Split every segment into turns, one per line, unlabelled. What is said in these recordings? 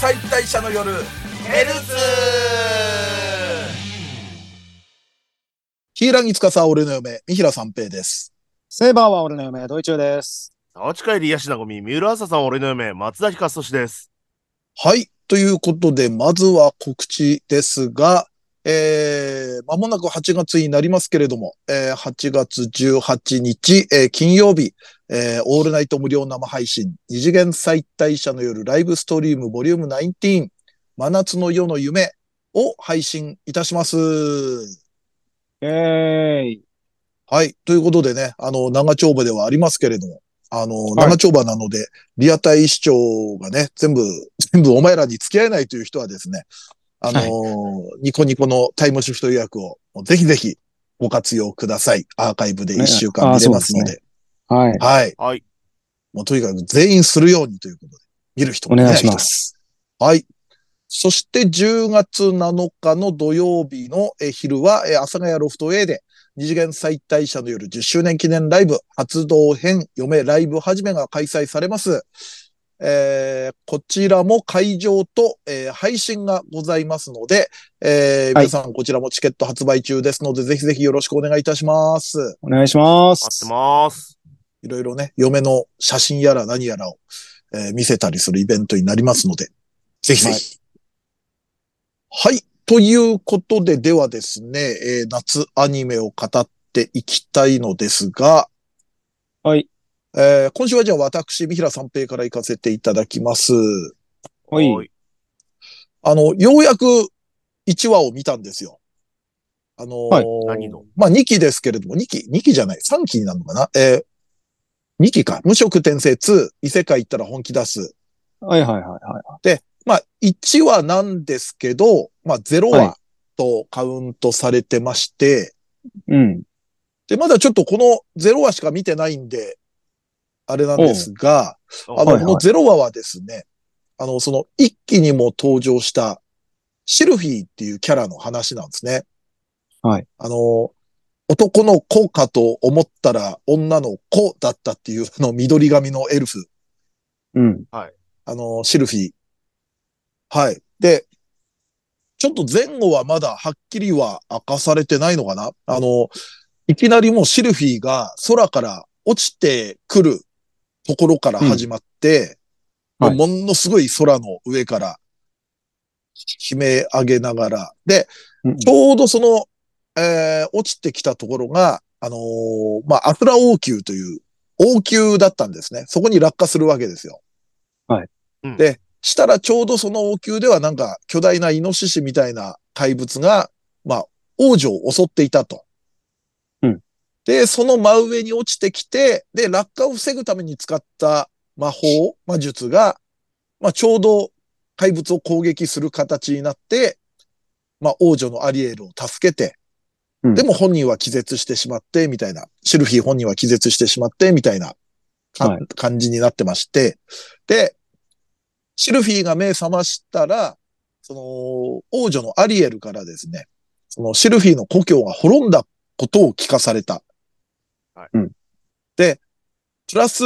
解体者の夜ヘルツ
柊司は俺の嫁、三平三平です。
セーバーは俺の嫁、ドイチューです。
沢近入りヤシナゴミ、三浦朝さん、俺の嫁、松田ひかしです。
はい。ということで、まずは告知ですが、えー、まもなく8月になりますけれども、えー、8月18日、えー金曜日、えーオールナイト無料生配信、二次元再退社の夜ライブストリームボリューム19、真夏の夜の夢を配信いたします。
えーい。
はい。ということでね、あの、長丁場ではありますけれども、あの、
い
長丁場なので、リアタイ視聴がね、全部、 全部お前らに付き合えないという人はですね、あの、
は
ニコニコのタイムシフト予約を、ぜひぜひご活用ください。アーカイブで1週間
ねあー
見れますので。
そうはい。
はい。
はい。
もうとにかく全員するようにということで、見る人
お
も見な
願い
い
し
人も
ます。
はい。そして10月7日の土曜日のえー昼は、えー阿佐ヶ谷ロフト A で、二次元再退社の夜10周年記念ライブ、発動編、嫁ライブ始めが開催されます。えーこちらも会場と、えー配信がございますので、えー
はい
皆さんこちらもチケット発売中ですので、ぜひぜひよろしくお願いいたします。
お願いしま
待って
す。
ます。
いろいろね、嫁の写真やら何やらを、えー見せたりするイベントになりますので、ぜひぜひ。はい。ということで、ではですね、えー夏アニメを語っていきたいのですが、
はい。
えー今週はじゃあ私、三平三平から行かせていただきます。
はい
はい。
あの、ようやく1話を見たんですよ。あのー
はい
何の
まあ2期ですけれども、2期、2期じゃない、3期になるのかなえー、2期か。無職転生2、異世界行ったら本気出す。
はいはいはいはい。
まあ1話なんですけど、まあ0
はい
話とカウントされてまして、
うん。
で、まだちょっとこの0話しか見てないんで、あれなんですが、あの、
はいはい
この0話はですね、あの、その一期にも登場したシルフィーっていうキャラの話なんですね。
はい。
あの、男の子かと思ったら女の子だったっていう、あの、緑髪のエルフ、
うん。
あの、シルフィー。はい。で、ちょっと前後はまだはっきりは明かされてないのかなあの、いきなりもうシルフィーが空から落ちてくるところから始まって、
うんはい
もうものすごい空の上から悲鳴上げながら、で、
うん
ちょうどその、えー落ちてきたところが、あのーまあ、アフラ王宮という王宮だったんですね。そこに落下するわけですよ。
はい
うん
で、したらちょうどその王宮ではなんか巨大なイノシシみたいな怪物が、まあ、王女を襲っていたと。
うん
で、その真上に落ちてきて、で、落下を防ぐために使った魔法、魔術が、まあ、ちょうど怪物を攻撃する形になって、まあ、王女のアリエルを助けて、
うん
でも本人は気絶してしまって、みたいな。シルフィー本人は気絶してしまって、みたいな、か
はい
感じになってまして。で、シルフィーが目覚ましたら、その、王女のアリエルからですね、そのシルフィーの故郷が滅んだことを聞かされた。
はい
うん
で、プラス、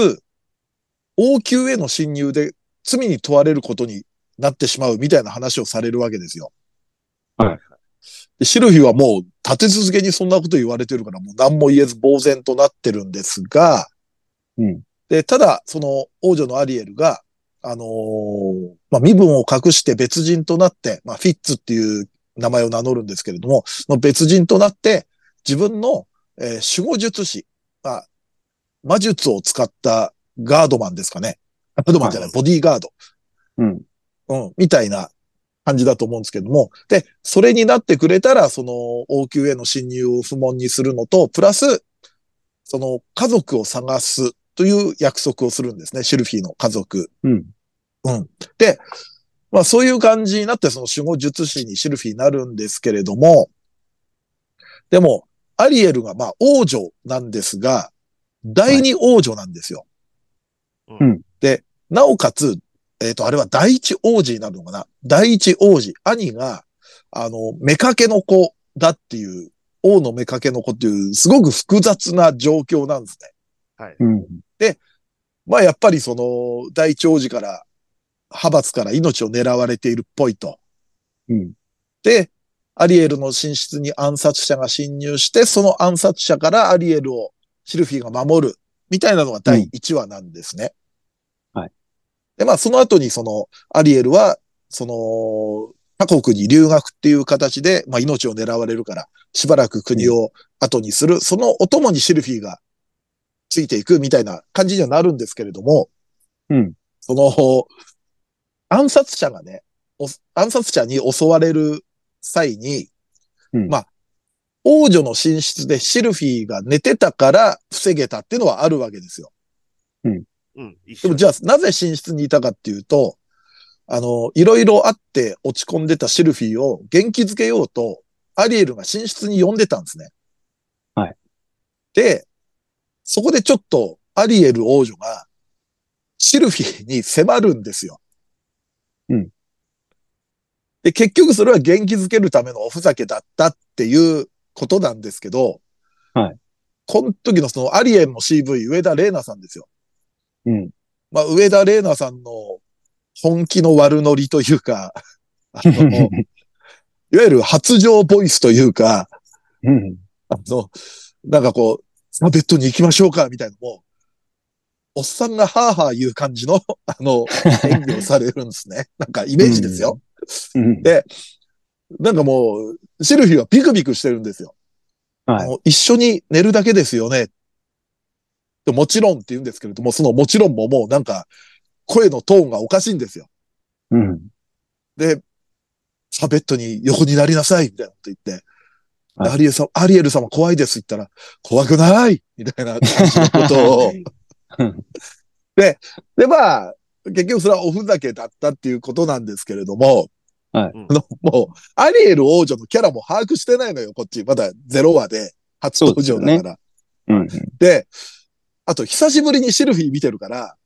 王宮への侵入で罪に問われることになってしまうみたいな話をされるわけですよ。
はい。
でシルフィはもう立て続けにそんなこと言われてるからもう何も言えず呆然となってるんですが、
うん
で、ただ、その王女のアリエルが、あのーまあ、身分を隠して別人となって、まあ、フィッツっていう名前を名乗るんですけれども、その別人となって、自分の、えー守護術師、まあ、魔術を使ったガードマンですかね。ガードマンじゃない、ボディーガード。
うん。
うん、みたいな感じだと思うんですけども。で、それになってくれたら、その王宮への侵入を不問にするのと、プラス、その家族を探すという約束をするんですね。シルフィーの家族。
うん。
まあそういう感じになって、その守護術師にシルフィーになるんですけれども、でも、アリエルがまあ王女なんですが、第二王女なんですよ。
う
うん
なおかつ、えっ、と、あれは第一王子になるのかな第一王子。兄が、あの、目かけの子だっていう、王の目かけの子っていう、すごく複雑な状況なんですね。
うん。
まあ、やっぱりその、第一王子から派閥から命を狙われているっぽいと。
うん。
で、アリエルの寝室に暗殺者が侵入して、その暗殺者からアリエルをシルフィーが守る、みたいなのが第1話なんですね。
はい。
で、まあ、その後にその、アリエルは、その、他国に留学っていう形で、まあ、命を狙われるから、しばらく国を後にする、そのお供にシルフィーがついていくみたいな感じにはなるんですけれども、
うん。
その、暗殺者がね、お暗殺者に襲われる際に、
うん
まあ、王女の寝室でシルフィーが寝てたから防げたっていうのはあるわけですよ。
うん。一
で
緒
もじゃあ、なぜ寝室にいたかっていうと、あの、いろいろあって落ち込んでたシルフィーを元気づけようと、アリエルが寝室に呼んでたんですね。
はい。
で、そこでちょっとアリエル王女がシルフィーに迫るんですよ。
うん。
で、結局それは元気づけるためのおふざけだったっていうことなんですけど、
はい。
この時のそのアリエルの CV、上田玲奈さんですよ。
うん。
まあ、上田玲奈さんの本気の悪ノリというか、 あの、いわゆる発情ボイスというか、
うん。
あの、なんかこう、さあベッドに行きましょうか、みたいなのも、おっさんがハーハー言う感じの、 あの、演技をされるんですね。 なんかイメージですよ。
うん
でなんかもう、シルフィーはビクビクしてるんですよ。
はい
あの一緒に寝るだけですよね。でもちろんって言うんですけれども、そのもちろんももうなんか、声のトーンがおかしいんですよ。
うん。
で、さあ、ベッドに横になりなさい、みたいなこと言って、
はい
アリエルさん、アリエル様怖いですって言ったら、怖くないみたいな感じのことを
うん。
で、で、まあ、結局それはおふざけだったっていうことなんですけれども、
はい
あの、もう、アリエル王女のキャラも把握してないのよ、こっち。まだ0話で、初登場だから。
うん。
で、あと、久しぶりにシルフィー見てるから、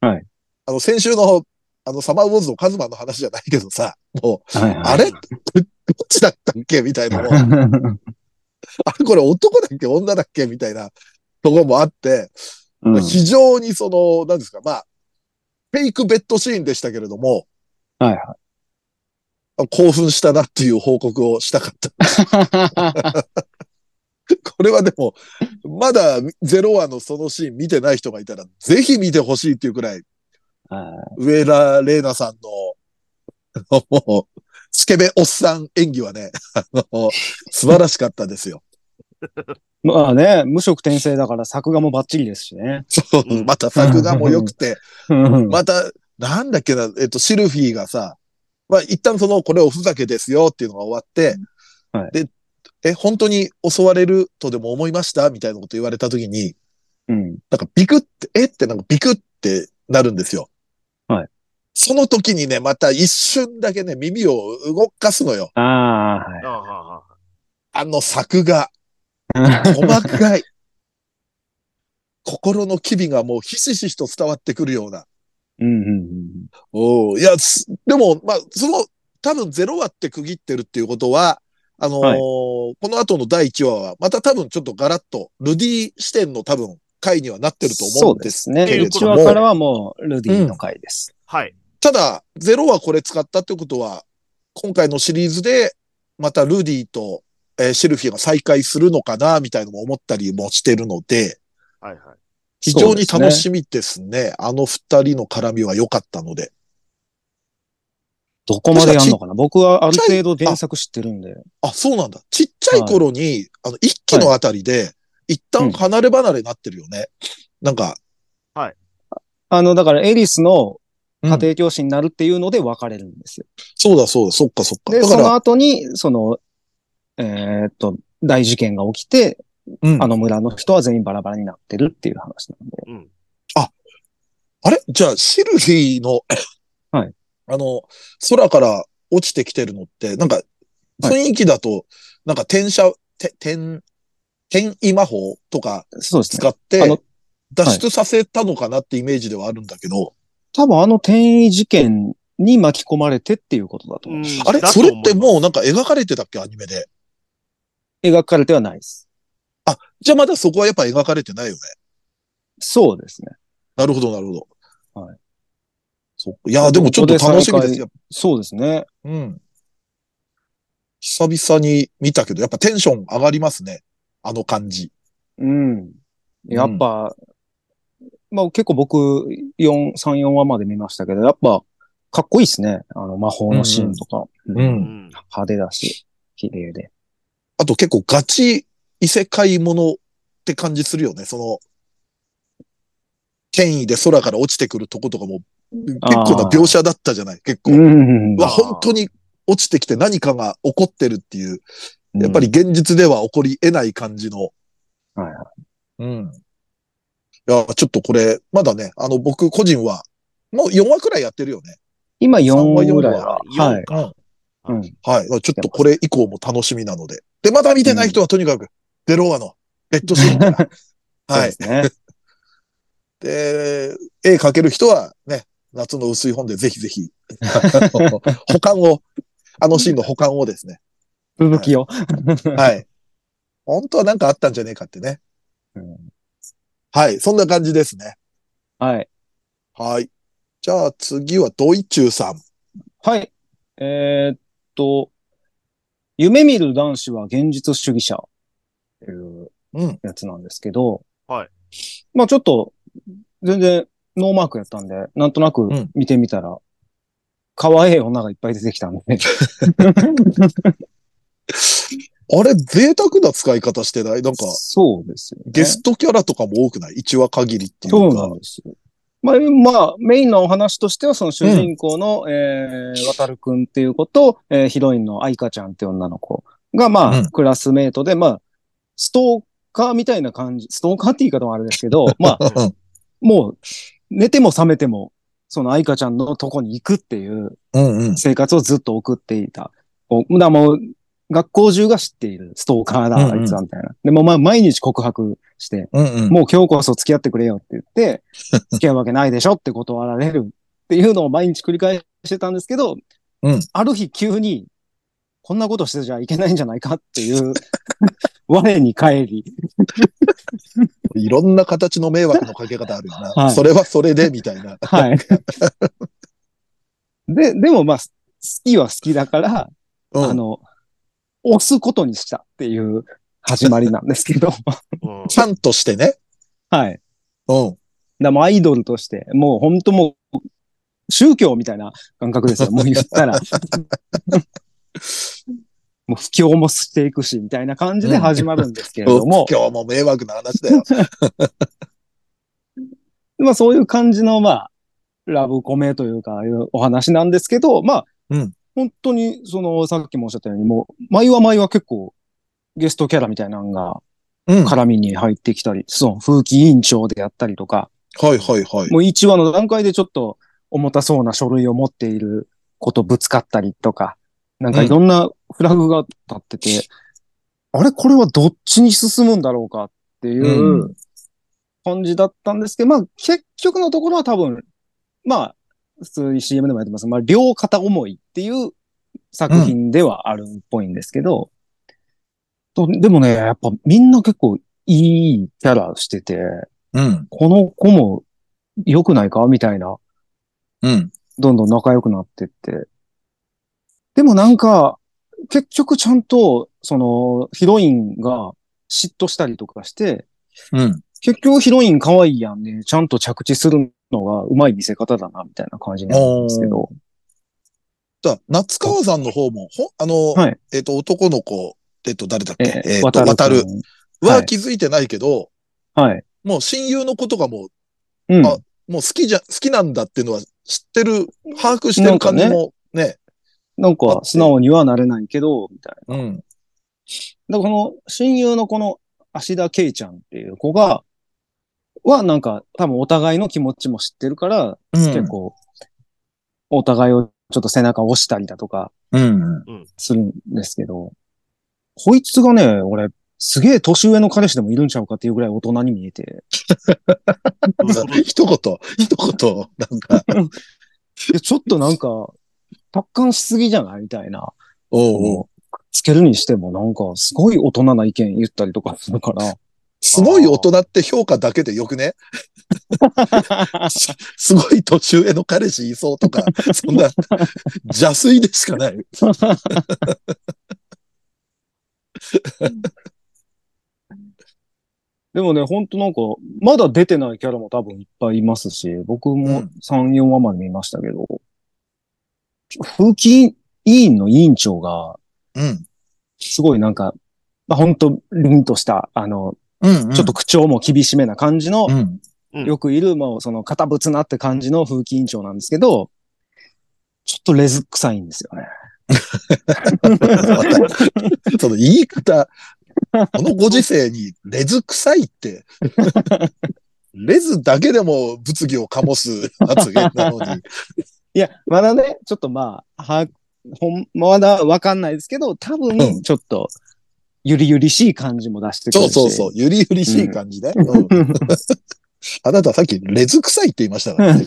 はい。
あの、先週の、あの、サマーウォーズのカズマの話じゃないけどさ、もう、
はい
あ
はい。
れどっちだったっけみたいなの。あれこれ男だっけ女だっけみたいなところもあって、
うんはい
非常にその、なんですか、まあ、フェイクベッドシーンでしたけれども、
はい。
興奮したなっていう報告をしたかった。 これはでも、まだゼロ話のそのシーン見てない人がいたら、ぜひ見てほしいっていうくらい、
あ
上田玲奈さんの、あのもう、スケベおっさん演技はね、あの、素晴らしかったですよ。
ーまあね、無色転生だから作画もバッチリですしね。
そう、 また作画も良くて、
うん
また、なんだっけな、えっと、シルフィーがさ、まあ、一旦その、これおふざけですよっていうのが終わって、
はい
で、え、本当に襲われるとでも思いましたみたいなこと言われたときに、
うん。
なんかビクって、えってなんかビクってなるんですよ。
はい。
その時にね、また一瞬だけね、耳を動かすのよ。
あ
ああああ
あの作画、
あ、はい。
細か い。心の機微がもうひしひしと伝わってくるような。
うんうん
おーいや、すでも、まあ、その、多分ゼロ話って区切ってるっていうことは、あのー
はい
この後の第1話は、また多分ちょっとガラッと、ルディ視点の多分回にはなってると思うんです。
そうです
け
ね。
れども
1話からはもう、ルディの回です。
はい。
ただ、ゼロ話これ使ったってことは、今回のシリーズで、またルディと、えーシェルフィーが再会するのかな、みたいのも思ったりもしてるので、
はいはい。
非常に
そうで
楽
すね
しみですね。あの二人の絡みは良かったので。
どこまでやるのかな僕はある程度原作知ってるんで。
あ、そうなんだ。ちっちゃい頃に、あの、一期のあたりで、一旦離れ離れになってるよね。なんか、
あの、だからエリスの
うん
家庭教師になるっていうので別れるんですよ。
そうだそうだ、そっかそっか。
で、
だか
その
ら、
後に、その、えーっと、大事件が起きて、
うん
あの村の人は全員バラバラになってるっていう話なんで。
うん。
あれじゃあ、シルフィーの、
はい
あの、空から落ちてきてるのって、なんか、雰囲気だと、なんか転写、て転、転移魔法とか
そうですね。
使って
あの、
脱出させたのかなってイメージではあるんだけど、
多分あの転移事件に巻き込まれてっていうことだと思う。
うん
あれそれってもうなんか描かれてたっけアニメで。
描かれてはないです。
じゃあまだそこはやっぱ描かれてないよね。
そうですね。
なるほど、なるほど。
はい。
そっかいや、でもちょっと楽しみですよ。
そうですね。
うん。久々に見たけど、やっぱテンション上がりますね。あの感じ。
うん。やっぱ、まあ結構僕、4、3、4話まで見ましたけど、やっぱ、かっこいいですね。あの、魔法のシーンとか。
う
う。
んん。
派手だし、綺麗で。
あと結構ガチ異世界ものって感じするよね。その、権威で空から落ちてくるとことかも、結構な描写だったじゃない結構。
ん
うわ、
あー
本当に落ちてきて何かが起こってるっていう、やっぱり、現実では起こり得ない感じの。
はいはい
うん。いや、ちょっとこれ、まだね、あの、僕個人は、もう4話くらいやってるよね。
今4
三話
話ぐらい
四
は。
話
はい。
うん。
うん
はい。ちょっとこれ以降も楽しみなので。で、まだ見てない人はとにかく、デローアの、レッドシーン から。
そう
は
で
い。
すね。
で、絵描ける人はね、夏の薄い本でぜひぜ ひ、あの保管を、あのシーンの保管をですね。
続きを。
はい。本当はなんかあったんじゃねえかってね
うん。
はい。そんな感じですね。
はい。
はい。じゃあ次はドイチューさん。
はい。えーっと、夢見る男子は現実主義者っていう
うん
やつなんですけど、
はい。
まあちょっと、全然ノーマークやったんで、なんとなく
ん
見てみたら、可愛い女がいっぱい出てきた んで。
あれ、贅沢な使い方してないなんか、
そうですよね。
ゲストキャラとかも多くない ?1 話限りっていうか。
そうなんですよ。まあ、まあ、メインのお話としては、その主人公の、えー、渡るくんっていう子と、えーヒロインの愛花ちゃんって女の子が、まあ、
うん
クラスメートで、まあ、ストーカーみたいな感じ、ストーカーって言い方もあれですけ ど、まあ、
うん
もう、寝ても覚めても、その愛花ちゃんのとこに行くっていう
うんうん。
生活をずっと送っていた。こうだからもう、学校中が知っているストーカーだ、
うんうん
あいつは、みたいな。でも、まあ、毎日告白して、
うんうん。
もう今日こそ付き合ってくれよって 言って、付き合うわけないでしょって断られるっていうのを毎日繰り返してたんですけど、
うん
ある日急に、こんなことしてちゃいけないんじゃないかっていう、 我に返り、
いろんな形の迷惑のかけ方あるよな。
はい
それはそれで、みたいな。
はい。で、でもまあ、好きは好きだから、
うん
あの、押すことにしたっていう始まりなんですけど、
うん
ちゃんとしてね。
はい。
うん。
だからもうアイドルとして、もう本当もう、宗教みたいな感覚ですよ。もう言ったら。もう布教もしていくし、みたいな感じで始まるんですけれども、
今日も迷惑な話だ よ。
まあそういう感じの、まあ、ラブコメというか、ああいうお話なんですけど、まあ、
うん
本当に、その、さっきもおっしゃったように、もう、毎は毎は結構、ゲストキャラみたいなのが、
うん。はい
絡みに入ってきたり、その、風紀委員長であったりとか、
はいはい。
もう1話の段階でちょっと重たそうな書類を持っていることぶつかったりとか、なんかいろんなフラグが立ってて、あれこれはどっちに進むんだろうかっていう
う
う感じだったんですけど、まあ結局のところは多分、まあ普通に CM でもやってます。まあ両肩思いっていう作品ではあるっぽいんですけど、とでもね、やっぱみんな結構いいキャラしてて、
うん。
この子も良くないかみたいな。
うん。
どんどん仲良くなってって。でもなんか、結局ちゃんと、その、ヒロインが嫉妬したりとかして、
うん。
結局ヒロイン可愛いやんね。ちゃんと着地するのがうまい見せ方だな、みたいな感じになるんですけど。
だ夏川さんの方も、ほ、あの、
はい
えっと、男の子、えっと、誰だっけ
え
え
え
っと、渡る。
君は
はい気づいてないけど、
はい。
もう親友のことがも
うん。
あう、もう好きじゃ、好きなんだっていうのは知ってる、把握してる感じもね。
なんか、素直にはなれないけど、みたい
うん。
な。だからこの、親友のこの、芦田圭ちゃんっていう子が、はなんか、多分お互いの気持ちも知ってるから、
うん
結構、お互いをちょっと背中を押したりだとか
うん。
するんですけど、こいつがね、俺、すげえ年上の彼氏でもいるんちゃうかっていうぐらい大人に見えて、
どういうこと
一言、 一言、なんか、
いやちょっとなんか、達観しすぎじゃないみたいな。
おうおう
もうつけるにしてもなんか、すごい大人な意見言ったりとかするから、
すごい大人って評価だけでよくねすすごい年上の彼氏いそうと か、そんな邪推でしかない。
でもね、ほんとなんか、まだ出てないキャラも多分いっぱいいますし、僕も3、4話まで見ましたけど、風紀委員の委員長が、
うん。
すごいなんか、まあ、ほんと凛とした、あの、
うん、うん
ちょっと、口調も厳しめな感じの
う、ん。
うん
よくいる、まあ、その、堅物なって感じの風紀委員長なんですけど、ちょっとレズ臭いんですよね。
またその言い方、このご時世にレズ臭い って、レズだけでも物議を醸す発言なのに、
いや、まだね、ちょっとまあ、は、ほん、まだわかんないですけど、多
う
分、ちょっと、ゆりゆりしい感じも出してく
そ
る
う
し。
そうそう、ゆりゆりしい感じね。うん
うん。
あなたさっきレズ臭いって言いましたからね。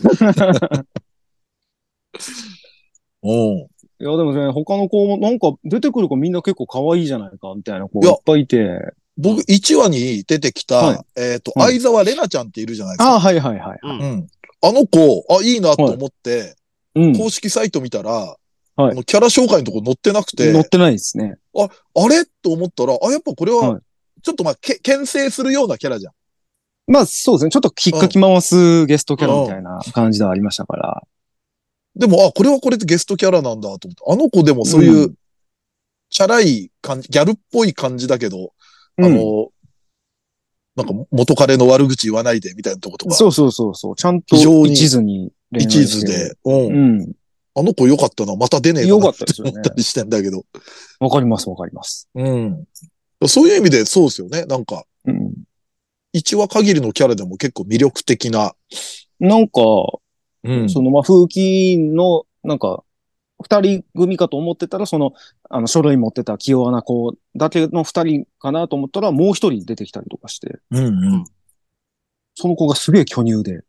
うん。
いや、でもね、他の子も、なんか、出てくる子みんな結構可愛いじゃないか、みたいな子
い
い
や
っぱいいて。
僕、1話に出てきた、
は
えっ、と、
うん
相沢玲奈ちゃんっているじゃないです
あ
か。
あ、はいはいはい。
う。
うんん。あの子、あ、いいなと思って、
うん。
公式サイト見たら、
はい
あのキャラ紹介のとこ載ってなくて、
乗ってないですね。
あれと思ったら、あ、やっぱこれ
は
は、ちょっとまあ、け、牽制するようなキャラじゃん。
まあ、そうですね。ちょっと引っかき回すゲストキャラみたいな感じではありましたから。
でも、あ、これはこれでゲストキャラなんだと思って。あの子でもそういう、チャラい感じ、ギャルっぽい感じだけど、
うん、
あの、なんか元彼の悪口言わないでみたいなとことか、
そうそうそうそう。ちゃんと
非常に
一途に恋愛
一
し
途
てる
で、うん。
うん。
あの子良かったな、また出ねえかな
良かったですよね
思ったりしてんだけど。
わかります、わかります。
うん。そういう意味でそうですよね。なんか、
うん。
1話限りのキャラでも結構魅力的な。
なんか、
うん
その、まあ、風紀委員の、なんか、二人組かと思ってたら、その、あの、書類持ってた清和な子だけの二人かなと思ったら、もう一人出てきたりとかして、
うんうん。
その子がすげえ巨乳 で。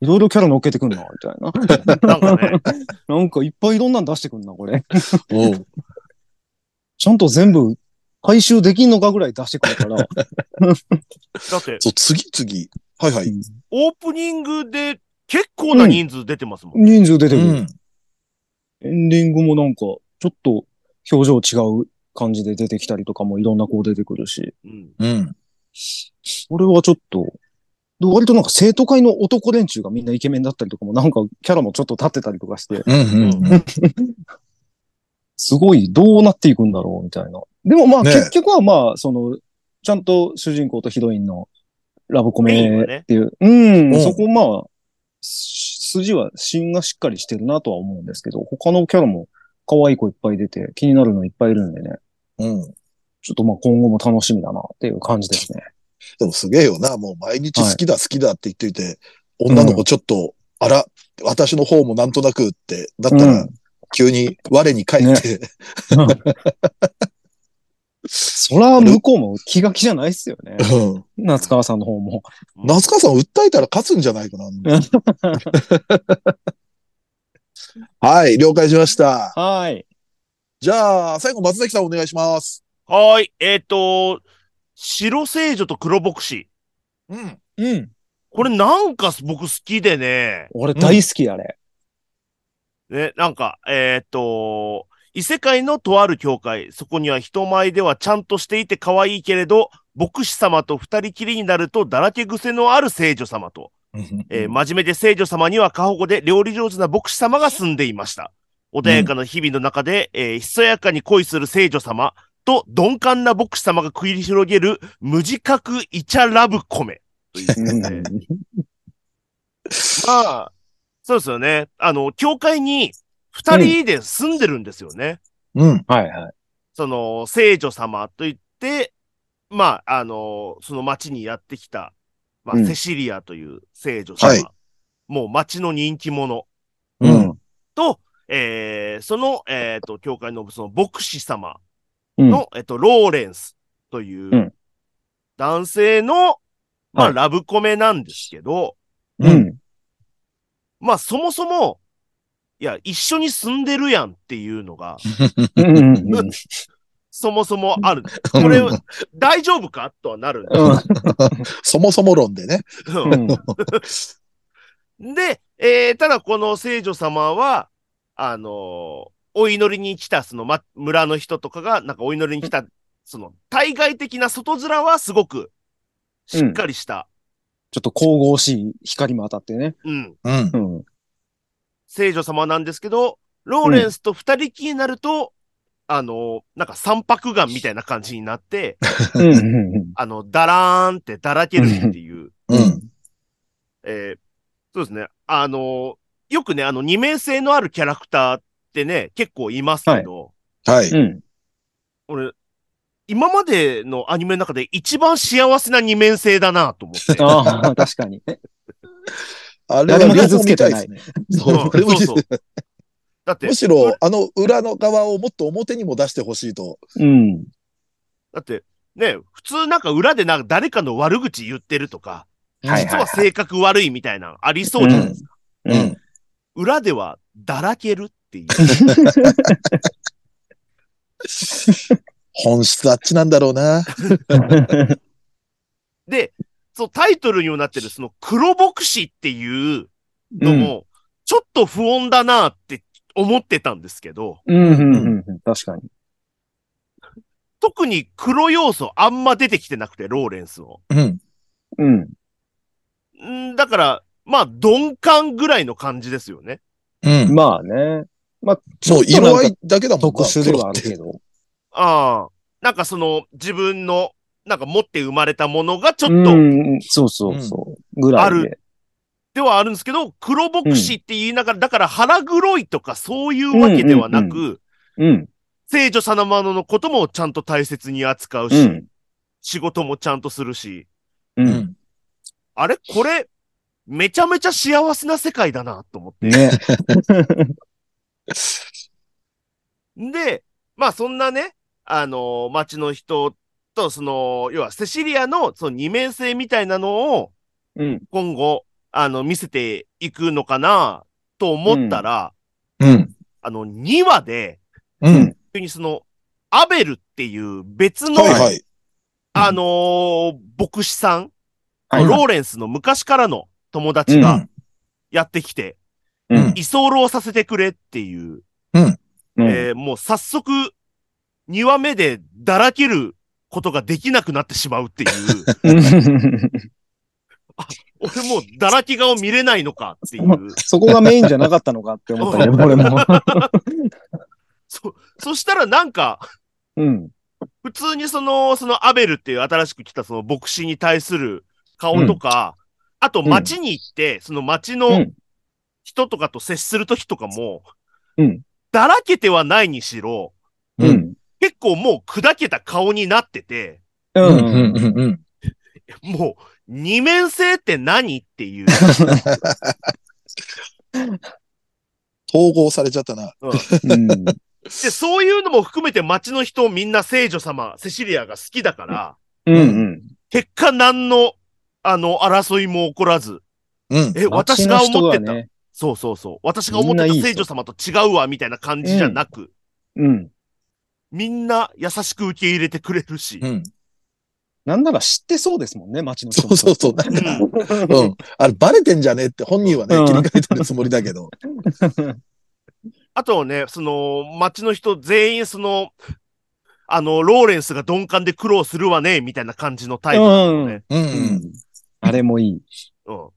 いろいろキャラ乗っけてくんな、みたいな。
なんかね、
なんかいっぱいいろんなの出してくんな、これ。
うん
ちゃんと全部回収できんのかぐらい出してくるから。
だって、
そう、次々。はいはい。
オープニングで結構な人数出てますもん。
人数出て
う
くる。
ん。
エンディングもなんか、ちょっと表情違う感じで出てきたりとかもいろんな子出てくるし、
うん。
うん。
これはちょっと、で割となんか生徒会の男連中がみんなイケメンだったりとかも、なんかキャラもちょっと立ってたりとかして、
うんうんうん。
すごいどうなっていくんだろうみたいな。でもまあ
ねえ
結局はまあ、その、ちゃんと主人公とヒロインのラブコ
メインは
メ
ね
っていう、
う
うんん、そこまあ、す筋は、芯がしっかりしてるなとは思うんですけど、他のキャラも可愛い子いっぱい出て気になるのいっぱいいるんでね。
うん。
ちょっとまあ今後も楽しみだなっていう感じですね。
でもすげえよな。もう毎日好きだ好きだって言っといて、女の子ちょっと、あら、私の方もなんとなくって、だった
う
ら、急に我に返って、
そら向こうも気が気じゃないっすよ ね。
うん。
夏川さんの方も。
夏川さん訴えたら勝つんじゃないか な。はい、了解しました。
はい。
じゃあ、最後松崎さんお願いします。
はーい。えっ、と、白聖女と黒牧師。
うん。
うん。
これなんか僕好きでね。
俺大好きあれ。
ね、なんか、えーっと、異世界のとある教会、そこには人前ではちゃんとしていて可愛いけれど、牧師様と二人きりになるとだらけ癖のある聖女様と、えー真面目で聖女様には過保護で料理上手な牧師様が住んでいました。穏やかな日々の中で、えーひそやかに恋する聖女様と鈍感な牧師様が繰り広げる無自覚イチャラブコメ。ということでまあ、そうですよね。あの、教会に二人で住んでるんですよね。
うん。
はいはい。
その、聖女様といって、まあ、あの、その町にやってきた、まあ、
うん
セシリアという聖女様。
はい
もう町の人気者
う
うんん。
と、えーその、えっ、と、教会のその牧師様
うん。
の、えっと、ローレンスといううん男性の、まあ、
はい
ラブコメなんですけど、
うん。
まあそもそも、いや、一緒に住んでるやんっていうのが、
うん。うん。
そもそもあ る。
うん
これ、大丈夫かとはなる。
そもそも論でね。
うんうん。
で、えーただこの聖女様は、あのーお祈りに来た、その、ま、村の人とかが、なんかお祈りに来た、その、対外的な外面はすごく、しっかりした、
ちょっと神々しい光も当たってね。
うん、
うん
う。ん。
聖女様なんですけど、ローレンスと二人きりになると、あのーなんか三白眼みたいな感じになって、
うんうんうん
あの、だらーんってだらけるっていう、
うん。
えーそうですね、あのーよくね、あの、二面性のあるキャラクターってね、結構いますけど、
は
う
い。
ん。
俺、今までのアニメの中で一番幸せな二面性だなと思って。
ああ、確かに。
あれは
誰も
両
傷
方
つけ
見た
て
いで
な
す
い
ね。。
うん
そう俺も
そうそうだって
む、しろ、あの裏の側をもっと表にも出してほしいと。
うん。
だって、ね、普通なんか裏でなんか誰かの悪口言ってるとか、実は性格悪いみたいなのありそうじゃないですか。
う。
うんん。
裏ではだらけるっていう。
本質あっちなんだろうな。
で、そうタイトルにもなってるその黒牧師っていう
う
の
ん。
も、ちょっと不穏だなって思ってたんですけど、
うんうんうん。確かに。
特に黒要素あんま出てきてなくて、ローレンスの。
うん。
うん。
んだから、まあ、鈍感ぐらいの感じですよね。
うん。
まあね。
そう、
ちょっとなん
色
か
合いだけだもんな
特殊ではあるけど。
ああ。なんかその、自分の、なんか持って生まれたものがちょっ
う
と、
んうんそうそうそう。ぐらいで。
ではあるんですけど、黒牧師って言いながら、だから腹黒いとかそういうわけではな
うんう
く、
うん。
聖女様ののこともちゃんと大切に扱う
う
し、
ん。
仕事もちゃんとするし、
う。
うんん。
あれこれ、めちゃめちゃ幸せな世界だな、と思って。
ね。
で、まあそんなね、あのー町の人と、その、要はセシリアのその二面性みたいなのを
うん。
今後、あの、見せていくのかなと思ったら、
うん。
あの、2話で、
うん。
急にその、アベルっていう別の、
はいはい。
あのー牧師さん、
はい
ローレンスの昔からの友達がやってきて、
うん
居候させてくれっていう、
うん
えーもう早速、2話目でだらけることができなくなってしまう っていう、俺もうだらけ顔見れないのかっていう。
そこがメインじゃなかったのかって思ったね、俺も。
そ、そしたらなんか、
うん。
普通にその、そのアベルっていう新しく来たその牧師に対する顔とか、あと街に行って、その街
う
の
ん
人とかと接するときとかも、
うん
だらけてはないにしろ、
うん。うん。
結構もう砕けた顔になってて、
う
うん。
ん。
うん。うん。うん。
もう二面性って何っていう。
統合されちゃったな。
うん。
で、そういうのも含めて街の人をみんな聖女様、セシリアが好きだから、
うん。
結果何の、あの、争いも起こらず、
うん。
え、私が思ってた。
ね。
そうそうそう。私が思って
みんないい
た
人
聖女様と違うわ、みたいな感じじゃなく、
うん。
みんな優しく受け入れてくれるし
う、ん。
なんなら知ってそうですもんね、街の人
そ
も。
うそうそう。なんか、うん。あれ、バレてんじゃねえって本人はね
う、ん
切り替えてるつもりだけど。
あとね、その、街の人全員その、あの、ローレンスが鈍感で苦労するわね、みたいな感じのタイプだったのね。
うん。う。
うんん。あれもいい。
うん。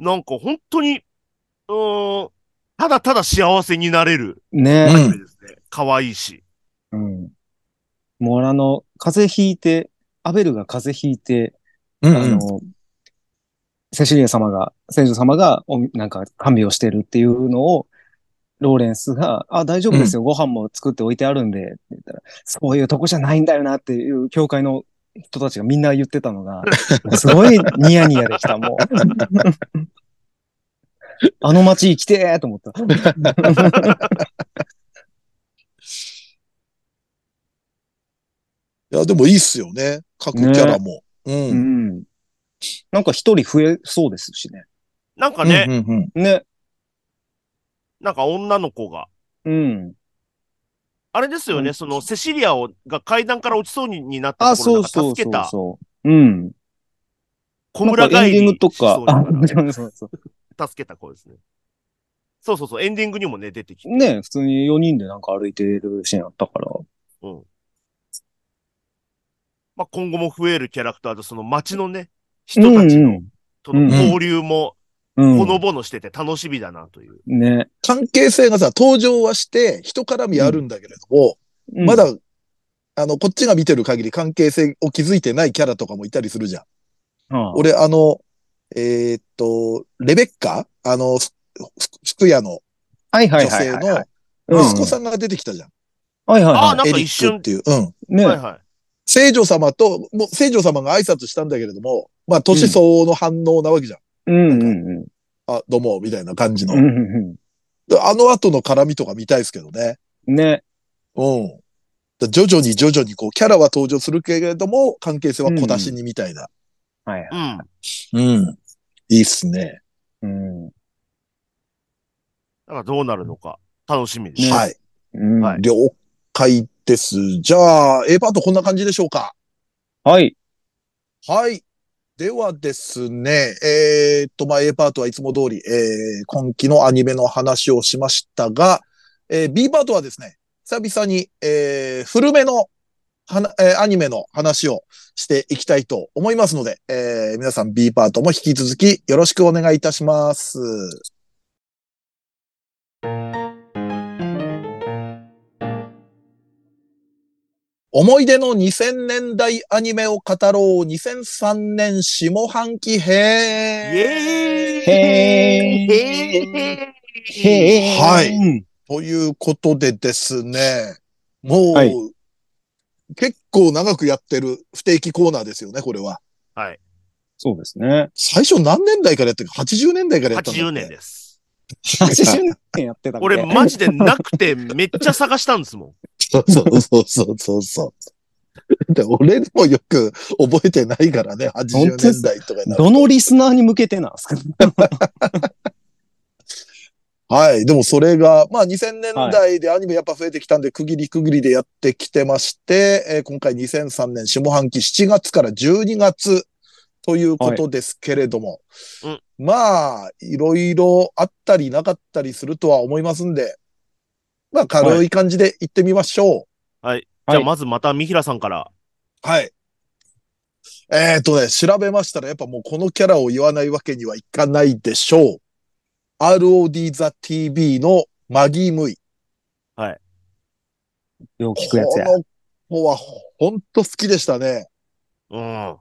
なんか本当に、うーん、ただただ幸せになれる。
ね
うん
ですね。可愛いし。
うん。もうあの、風邪ひいて、アベルが風邪ひいて、
う
あ
ん。
の、セシリア様が、聖女様が、おなんか、看病してるっていうのを、ローレンスが、あ、大丈夫ですよ、ご飯も作っておいてあるんで、って言ったら、そういうとこじゃないんだよなっていう、教会の人たちがみんな言ってた のが、すごいニヤニヤできた、もう。 あの街行きてーと思った。
いや、でもいいっすよね。各キャラも。うん。
う
うん
ん。なんか一人増えそうですしね。
なんか
うん
ね、
うん。
ね。
なんか女の子が、
うん。
あれですよね、
うん
そのセシリアをが階段から落ちそうにになった
あ、
ところをなんか
そうそう
助け
そう
た
そう。うん。
小村
なんか
帰
エンディン
り
グとか
そう、
あ
だか
そうそう
ら助けた子ですね。そうそうそう、エンディングにもね、出てきて。
ね普通に4人でなんか歩いてるシーンあったから。
まあ、今後も増えるキャラクターと、その街のね、人たちの、との
うん
交流も、
うんうん
ほのぼのしてて楽しみだなという。
ね。
関係性がさ、登場はして、人絡みあるんだけれども、
うん
まだ、あの、こっちが見てる限り関係性を築いてないキャラとかもいたりするじゃん。
ああ
俺、あの、えーっと、レベッカあの、ふふ服屋の
はいはい
女
はい
性
はい
の
はい。
息子さ
ん。
んが出てきたじゃん。
はいはい
ああ、
は
なん
エ
か
リ
一
ック
瞬。
っていう。うん。
い。ね
はいはい。
聖女様と、もう聖女様が挨拶したんだけれども、まあ、年相応の反応なわけじゃん。
うんうんうん
あ、どうも、みたいな感じの。
うんうん
であの後の絡みとか見たいですけどね。
うん。ね。
うん。だ徐々に徐々にこう、キャラは登場するけれども、関係性は小出しにみたいな。
はいはい。
うん。
うん。いいっすね。
うん。
だからどうなるのか、楽しみです。
ね
はい。
うん
はい
了解です。じゃあ、A パートこんな感じでしょうか。
はい。
はい。ではですね、えーっと、まあ、A パートはいつも通り、えー、今期のアニメの話をしましたが、えー、B パートはですね、久々に、えー、古めの、はな、えーアニメの話をしていきたいと思いますので、えー、皆さん B パートも引き続きよろしくお願いいたします。思い出の2000年代アニメを語ろう2003年下半期
イ
編
エーイ
へー
へー
へえ。
はい
い。
ということでですね、もう、
はい
結構長くやってる不定期コーナーですよね、これは。
そうですね。
最初何年代からやってるか ?80 年代からやったんだっ
80
け
年です。
80年やってたんで
俺、マジでなくて、めっちゃ探したんですもん。
そうそうそうそうそうそう。で俺もよく覚えてないからね、80年代とかになる
どのリスナーに向けてなんですか
はい。でもそれが、まあ2000年代でアニメやっぱ増えてきたんで、区切り区切りでやってきてまして、えー今回2003年下半期7月から12月ということですけれども、
はいうん
まあ、いろいろあったりなかったりするとは思いますんで、まあ軽い感じで行ってみましょう。
じゃあ、
はい
まずまた、三平さんから。
はい。えっ、ー、とね、調べましたら、やっぱもうこのキャラを言わないわけにはいかないでしょう。ROD The TV のマギー・ムイ。
よく聞
こ
くやつや。
の子はほんと好きでしたね。
うん。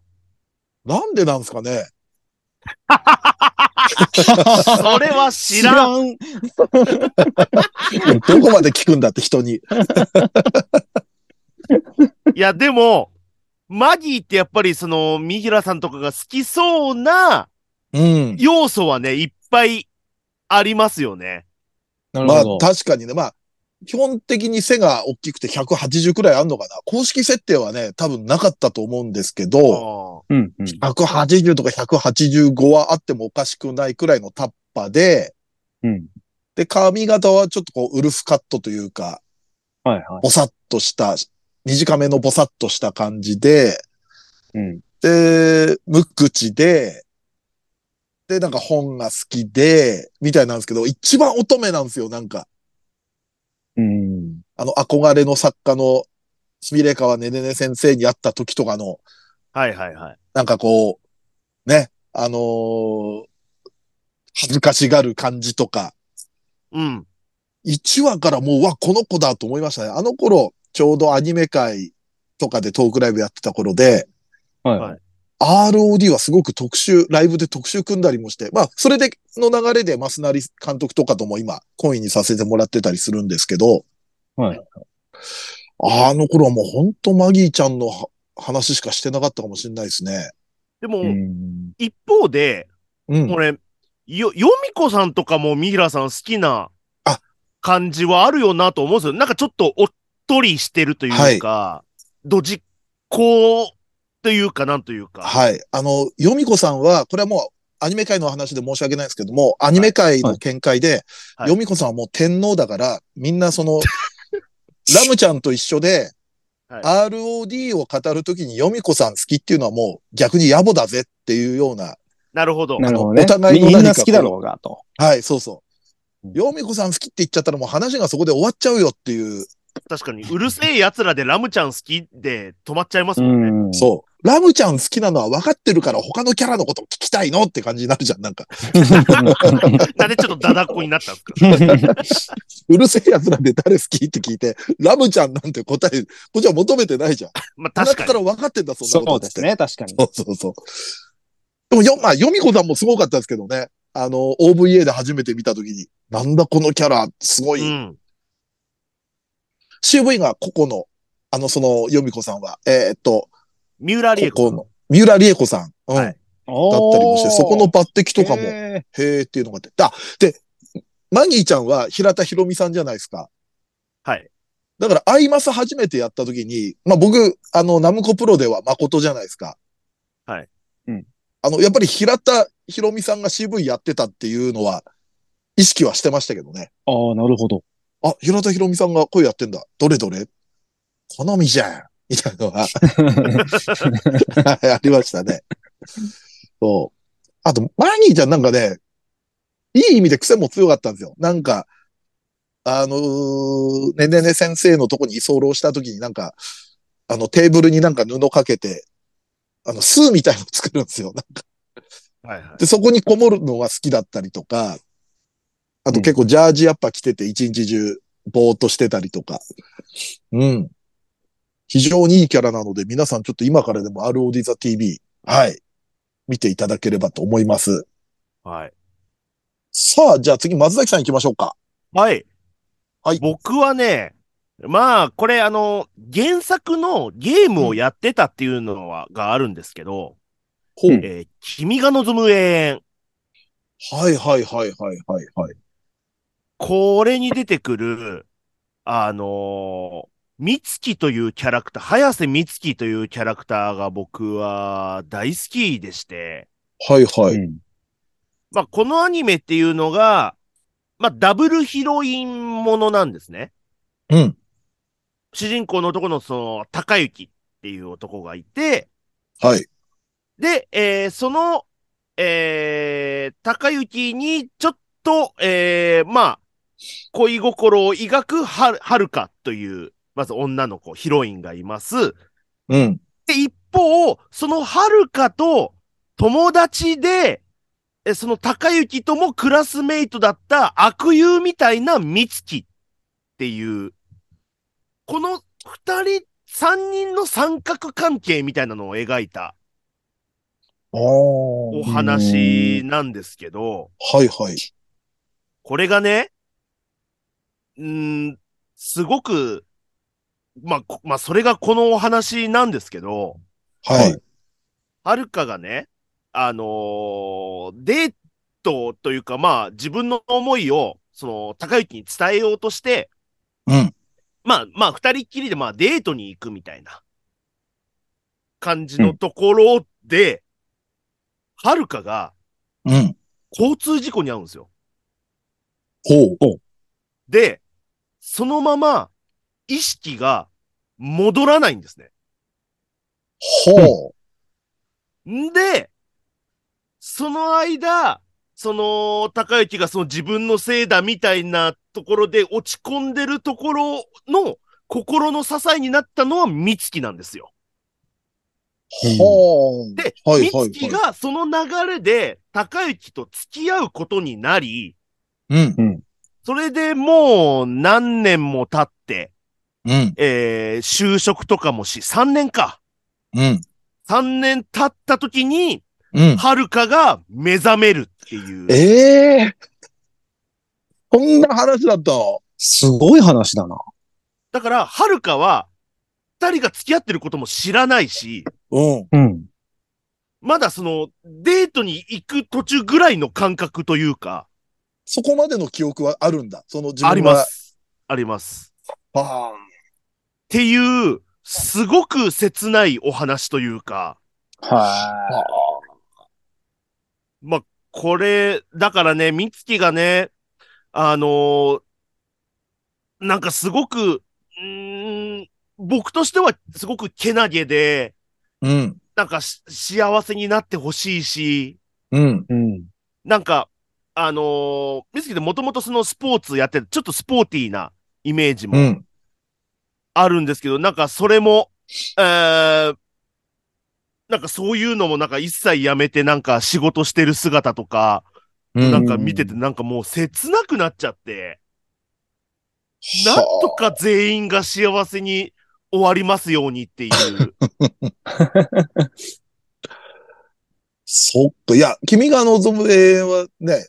なんでなんですかね。
それは知らん。
ど
ん。
こまで聞くんだって人に。
いや、でも、マギーってやっぱりその、三平さんとかが好きそうな
うん。
要素はね、いっぱいありますよね。
な
まあ
るほど。
確かにね、まあ、基本的に背が大きくて180くらいあんのかな。公式設定はね、多分なかったと思うんですけど、
あ
うんうん。
180とか185はあってもおかしくないくらいのタッパで、
うん。
で、髪型はちょっとこう、ウルフカットというか、
はいは
ぼさっとした、短めのぼさっとした感じで、
い。うん。
で、無口で、で、なんか本が好きで、みたいなんですけど、一番乙女なんですよ、なんか。
うん。
あの、憧れの作家の、すみれ川ねねね先生に会った時とかの、
はいはいはい。
なんかこう、ね、あのー恥ずかしがる感じとか、
うん。
1話からもう、うわ、この子だと思いましたね。あの頃、ちょうどアニメ界とかでトークライブやってた頃で、
はい
はい
ROD はすごく特集、ライブで特集組んだりもして、まあ、それで、の流れで、マスナリ監督とかとも今、懇意にさせてもらってたりするんですけど、
はい。
あの頃はもう本当マギーちゃんのは話しかしてなかったかもしれないですね。
でも、
うん。
一方で、
うん。
これ、よ、よみこさんとかも三平さん好きな
あ
感じはあるよなと思うんですよ。なんかちょっとおっとりしてるというか、ドジっ子というか、なんというか。
はい。あの、ヨミコさんは、これはもう、アニメ界の話で申し訳ないですけども、アニメ界の見解で、
はい
ヨミコさんはもう天皇だから、みんなその、 ラムちゃんと一緒で、
はい
ROD を語るときにヨミコさん好きっていうのはもう逆に野暮だぜっていうような、
なるほど。
なるほどね。
お互いの
みん
何
な
か
好きだろうが、と。
はい、そうそう
うん。
ヨミコさん好きって言っちゃったらもう話がそこで終わっちゃうよっていう、
確かに、うるせえ奴らでラムちゃん好きで止まっちゃいます
う
もんね。
ん。
そう。ラムちゃん好きなのは分かってるから他のキャラのこと聞きたいのって感じになるじゃん。なんか、
なんでちょっとダダっ子になったんですか
うるせえ奴なんで誰好きって聞いて、ラムちゃんなんて答え、こっちは求めてないじゃん。
まあ
あなた
確
か
からに。
分かってんだ、そんなこ
そ
と
うで
っ
す
て。
ね、確かに。
そうそうそう。でもよ、まあ、ヨミコさんもすごかったですけどね。あの、OVA で初めて見たときに、なんだこのキャラ、すご
う
い。
ん。
CV がここの、あの、その、ヨミコさんは、えーっと、
三浦理恵
こ
子
こ。の、三浦理恵子さん、うん
はい
だっ
だ
たりもして、そこの抜擢とかも、へ
へ
ーっていうのがあって。あ、で、マギーちゃんは平田博美さんじゃないですか。
はい。
だから、アイマス初めてやったときに、まあ僕、あの、ナムコプロでは誠じゃないですか。
はい。
うん。
あの、やっぱり平田博美さんが CV やってたっていうのは、意識はしてましたけどね。
ーああ、なるほど。
あ、平田博美さんが声やってんだ。どれどれ好みじゃんみたいなのは、はいありましたね。そう。あと、マニーちゃんなんかね、いい意味で癖も強かったんですよ。なんか、あのーねねね先生のとこに居候した時になんか、あの、テーブルになんか布かけて、あの、巣みたいの作るんですよ。
はいはい。
で、そこにこもるのが好きだったりとか、あと結構ジャージやっぱ着てて一日中ぼーっとしてたりとか。うん。非常にいいキャラなので、皆さんちょっと今からでも ROD ザ TV、はい、見ていただければと思います。
はい。
さあ、じゃあ次、松崎さん行きましょうか。
はい。
はい
僕はね、まあ、これ、あの、原作のゲームをやってたっていうのは、があるんですけど、
ほう。
えー君が望む永遠。
はいはいはいはいはいはい。
これに出てくる、あのー、美月というキャラクター、早瀬美月というキャラクターが僕は大好きでして、
はいはい。
うん
まあ、このアニメっていうのが、まあ、ダブルヒロインものなんですね。
うん。
主人公の男のその、高雪っていう男がいて、
はい。
で、えーその、えー、高雪にちょっと、えーまあ、恋心を抱くはるはるかという、まず女の子、ヒロインがいます。
うん。
で、一方、そのはるかと友達で、えその高雪ともクラスメイトだった悪友みたいな美月っていう、この二人、三人の三角関係みたいなのを描いた
あ
お
ー
話なんですけど、
はいはい。
これがね、うーん、すごく、まあ、こまあ、それがこのお話なんですけど、
はい。
はるかがね、あのーデートというか、まあ、自分の思いを、その、高雪に伝えようとして、
うん。
まあ、まあ、二人っきりで、まあ、デートに行くみたいな感じのところで、はるかが
うん。
交通事故に遭うんですよ。
ほう。
で、そのまま意識が戻らないんですね。
ほう。
んで、その間、その、高雪がその自分のせいだみたいなところで落ち込んでるところの心の支えになったのは美月なんですよ。
ほう。
で、
はい
美
はい
月
はい。
がその流れで高雪と付き合うことになり、
うん。
それでもう何年も経って、
うん。
えー、就職とかもし、3年か。
うん。
3年経った時に、
うん。
はるかが目覚めるっていう。
ええこんな話だったの
すごい話だな。
だから、はるかは、二人が付き合ってることも知らないし、
うん。
うん。
まだその、デートに行く途中ぐらいの感覚というか、
そこまでの記憶はあるんだ。その自分は
ありま。す。あります。
あ
っていう、すごく切ないお話というか、
は
まあ、これ、だからね、みつきがね、あのーなんかすごく、うーん、僕としてはすごくけなげで、
うん。
なんかし幸せになってほしいし、
うん。
うん。
なんか、あのー、ミスキでもともとそのスポーツやってる、ちょっとスポーティーなイメージ
う
も
ん。
あるんですけど、なんかそれも、えー、なんかそういうのもなんか一切やめてなんか仕事してる姿とか、
うん。
な
は
んか見ててなんかもう切なくなっちゃって、なんとか全員が幸せに終わりますようにって いう。
そっか。いや、君が望む永遠はね、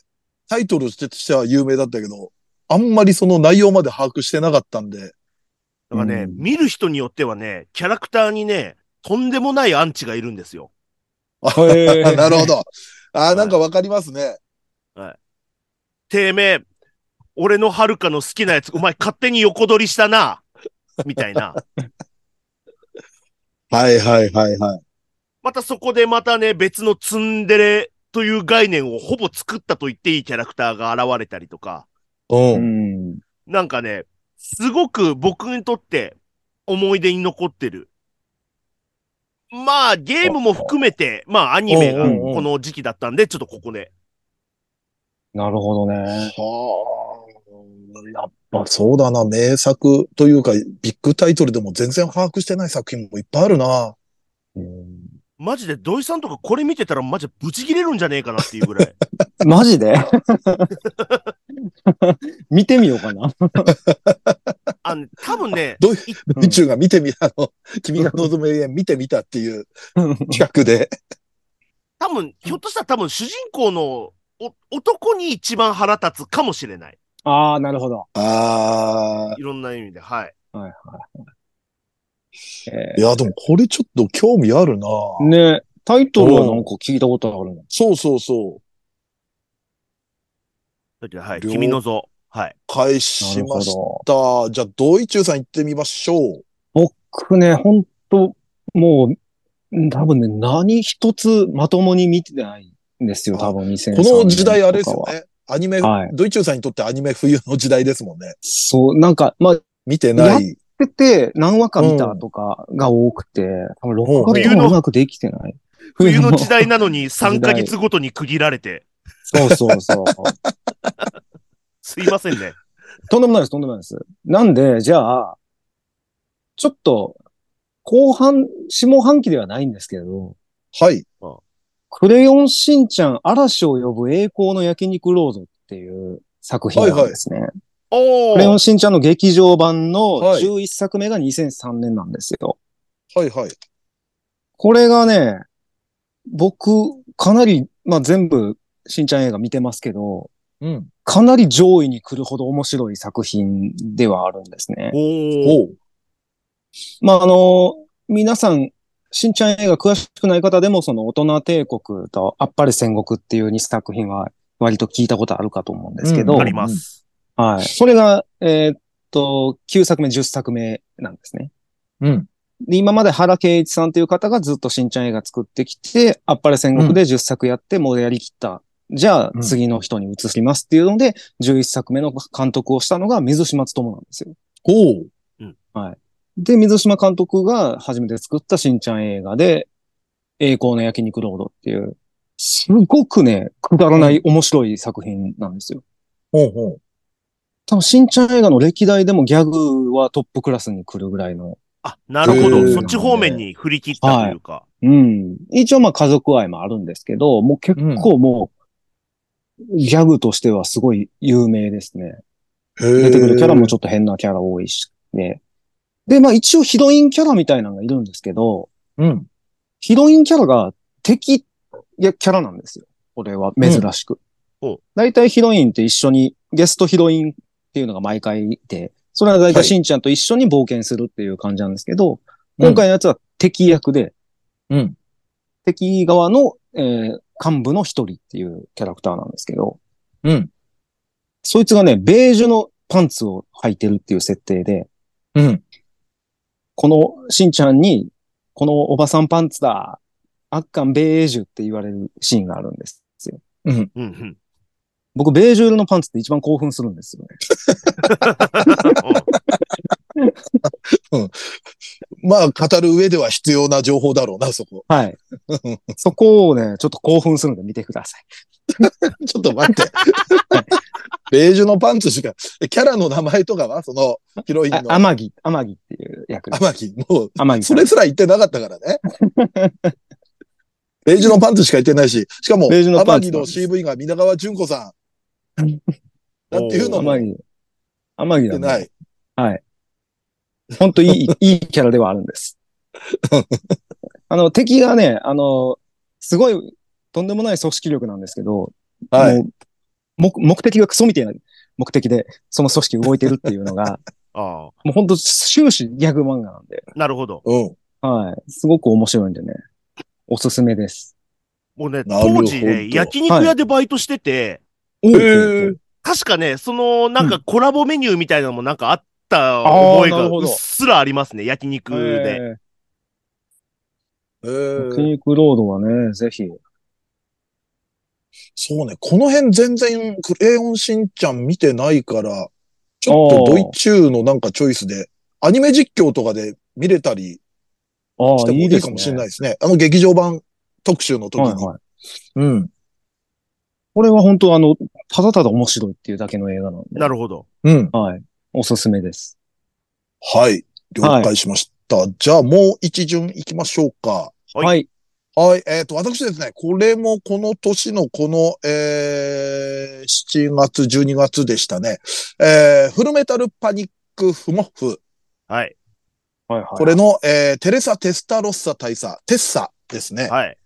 タイトルとしては有名だったけど、あんまりその内容まで把握してなかったんで。
だからね、
うん
見る人によってはね、キャラクターにね、とんでもないアンチがいるんですよ。
へ
あ
ー
なるほど。あーなんかわかりますね。
てめえ、俺の遥かの好きなやつ、お前勝手に横取りしたな、みたいな。
はいはいはいはい。
またそこでまたね、別のツンデレという概念をほぼ作ったと言っていいキャラクターが現れたりとか、
う。
うんん。
なんかね、すごく僕にとって思い出に残ってる。まあ、ゲームも含めて、まあ、アニメが
うんうんうん
この時期だったんで、ちょっとここで。
なるほどね。
はあ。やっぱそうだな。名作というか、ビッグタイトルでも全然把握してない作品もいっぱいあるな。
うん
マジで土井さんとかこれ見てたらマジでブチ切れるんじゃねえかなっていうぐらい。
マジで 見てみようかな。
あの、多分ね、
どういう、
うん
宇宙が見てみ、あ の、君が望む永遠見てみたっていう企画で。
多分、ひょっとしたら多分主人公のお男に一番腹立つかもしれない。
ああ、なるほど。
ああ。
いろんな意味で、はい。
え
いや、でもこれちょっと興味あるな。
ーねタイトルはなんか聞いたことあるの。
そうそうそう。
だけど、はい。
両
君の像。はい。
返しました。じゃあ、同意中さん行ってみましょう。
僕ね、ほんと、もう、多分ね、何一つまともに見てないんですよ、多
こ
分2003年とかは。
の時代あれですよね。アニメ、
はい。
ドイチューさんにとってアニメ冬の時代ですもんね。
そう、なんか、まあ、
見てない。
出て何話か見たとかが多くて、多分録画とかもうまくできてない。
冬の時
代。
代なのに3ヶ月ごとに区切られて、
そうそうそう。
すいません ね。
とんでもないです、とんでもないです。なんで、じゃあ、ちょっと、後半、下半期ではないんですけれど、
はい。
クレヨンしんちゃん嵐を呼ぶ栄光の焼肉ロードっていう作品なんですね。
お
クレヨ
ー
ンしんちゃんの劇場版の
はい
11作目が2003年なんですよ。
はいはい。
これがね、僕、かなり、まあ、全部、しんちゃん映画見てますけど、
うん。
かなり上位に来るほど面白い作品ではあるんですね。
おー
おう。
まあ、あの、皆さん、しんちゃん映画詳しくない方でも、その、大人帝国とあっぱれ戦国っていう2作品は、割と聞いたことあるかと思うんですけど、
うん
あります。
はい。それが、えーっと、9作目、10作目なんですね。
うん。
で、今まで原敬一さんという方がずっとしんちゃん映画作ってきて、あっぱれ戦国で10作やって、もうやりきった。じゃ
う
あ、
ん
次の人に移りますっていうので、11作目の監督をしたのが水島努なんですよ。
おう。
で、水島監督が初めて作ったしんちゃん映画で、栄光の焼肉ロードっていう、すごくね、くだらない面白い作品なんですよ。
ほうほう。
多分、しんちゃん映画の歴代でもギャグはトップクラスに来るぐらいの。
あ、なるほ
へ
ど。
ー
そっち方面に振り切ったというか。
うん。一応まあ家族愛もあるんですけど、もう結構もう、ギャグとしてはすごい有名ですね。
へ
出てくるキャラもち
ょっ
ょっと変なキャラ多いし、ね。で、まあ一応ヒロインキャラみたいなのがいるんですけど、
と。うん。
ヒロインキャラが敵いやキャラなんですよ。これは珍しく
うんお。
大体、ヒロインって一緒にゲストヒロインっていうのが毎回いて、それは大
はい
体しんちゃんと一緒に冒険するっていう感じなんですけど、
うん
今回のやつは敵役で、
うん
敵側の、えー幹部の一人っていうキャラクターなんですけど、
うん。
そいつがね、ベージュのパンツを履いてるっていう設定で、
うん。
このしんちゃんに、このおばさんパンツだ、アッカンベージュって言われるシーンがあるんですよ。
うん。
うんうん。
僕、ベージュ色のパンツって一番興奮するんですよね。
まあ、語る上では必要な情報だろうな、そこ。
はい。そこをね、ちょっと興奮するんで見てください。
ちょっと待 って。ベージュのパンツしか、えキャラの名前とかはその、ヒロイン
あ
の。
天城、天城っていう役です。
天木。もう、
天城さ
そ
ん。
れすら言ってなかったから ね。ベージュのパンツしか言ってないし、しかも、
ベージュのパ
天
ンツ
木の CV が皆川淳子さん。 なんていうのも
天城。天
言
城
って
だ
な
ね。
い。
本当いい、 いいキャラではある んです。あの、敵がね、あの、すごい、とんでもない組織力なんですけど、
はい。
もう目、目的がクソみたいな目的で、その組織動いてるっていう のが、
あ
もう本当終始ギャグ漫画なんで、
あ、なるほど。
うん。
はい。すごく面白いんでね、おすすめです。
もうね、
なるほど
当時ね、焼肉屋でバイトしてて、
お
ー
確かね、その、なんかコラボメニューみたいなのもなんかあった
あー
覚え
な
が
るほ
うっ
ど
すらありますね、焼肉で。
え
ク
ー
ニックロードはね、ぜひ。
そうね。この辺全然、クレヨンしんちゃん見てないから、ちょっとドイチューのなんかチョイスで、アニメ実況とかで見れたり
あ
し
あ、
ても
い
い
いで
い
す
か
ね。
もしれないですね。あの劇場版特集の時に。
はいはい。
うん。
これは本当あの、ただただ面白いっていうだけの映画なんで。
なるほど。
うん。
はい。おすすめです。
はい。了解しました。じゃあもう一巡行きましょうか。
はい
はい。
はい。えっ、と、私ですね、これもこの年のこの、えー、7月、12月でしたね。えー、フルメタルパニックフモフ。
はい。
はいはい。
これの、えー、テレサ・テスタロッサ大佐、テッサですね。
はい。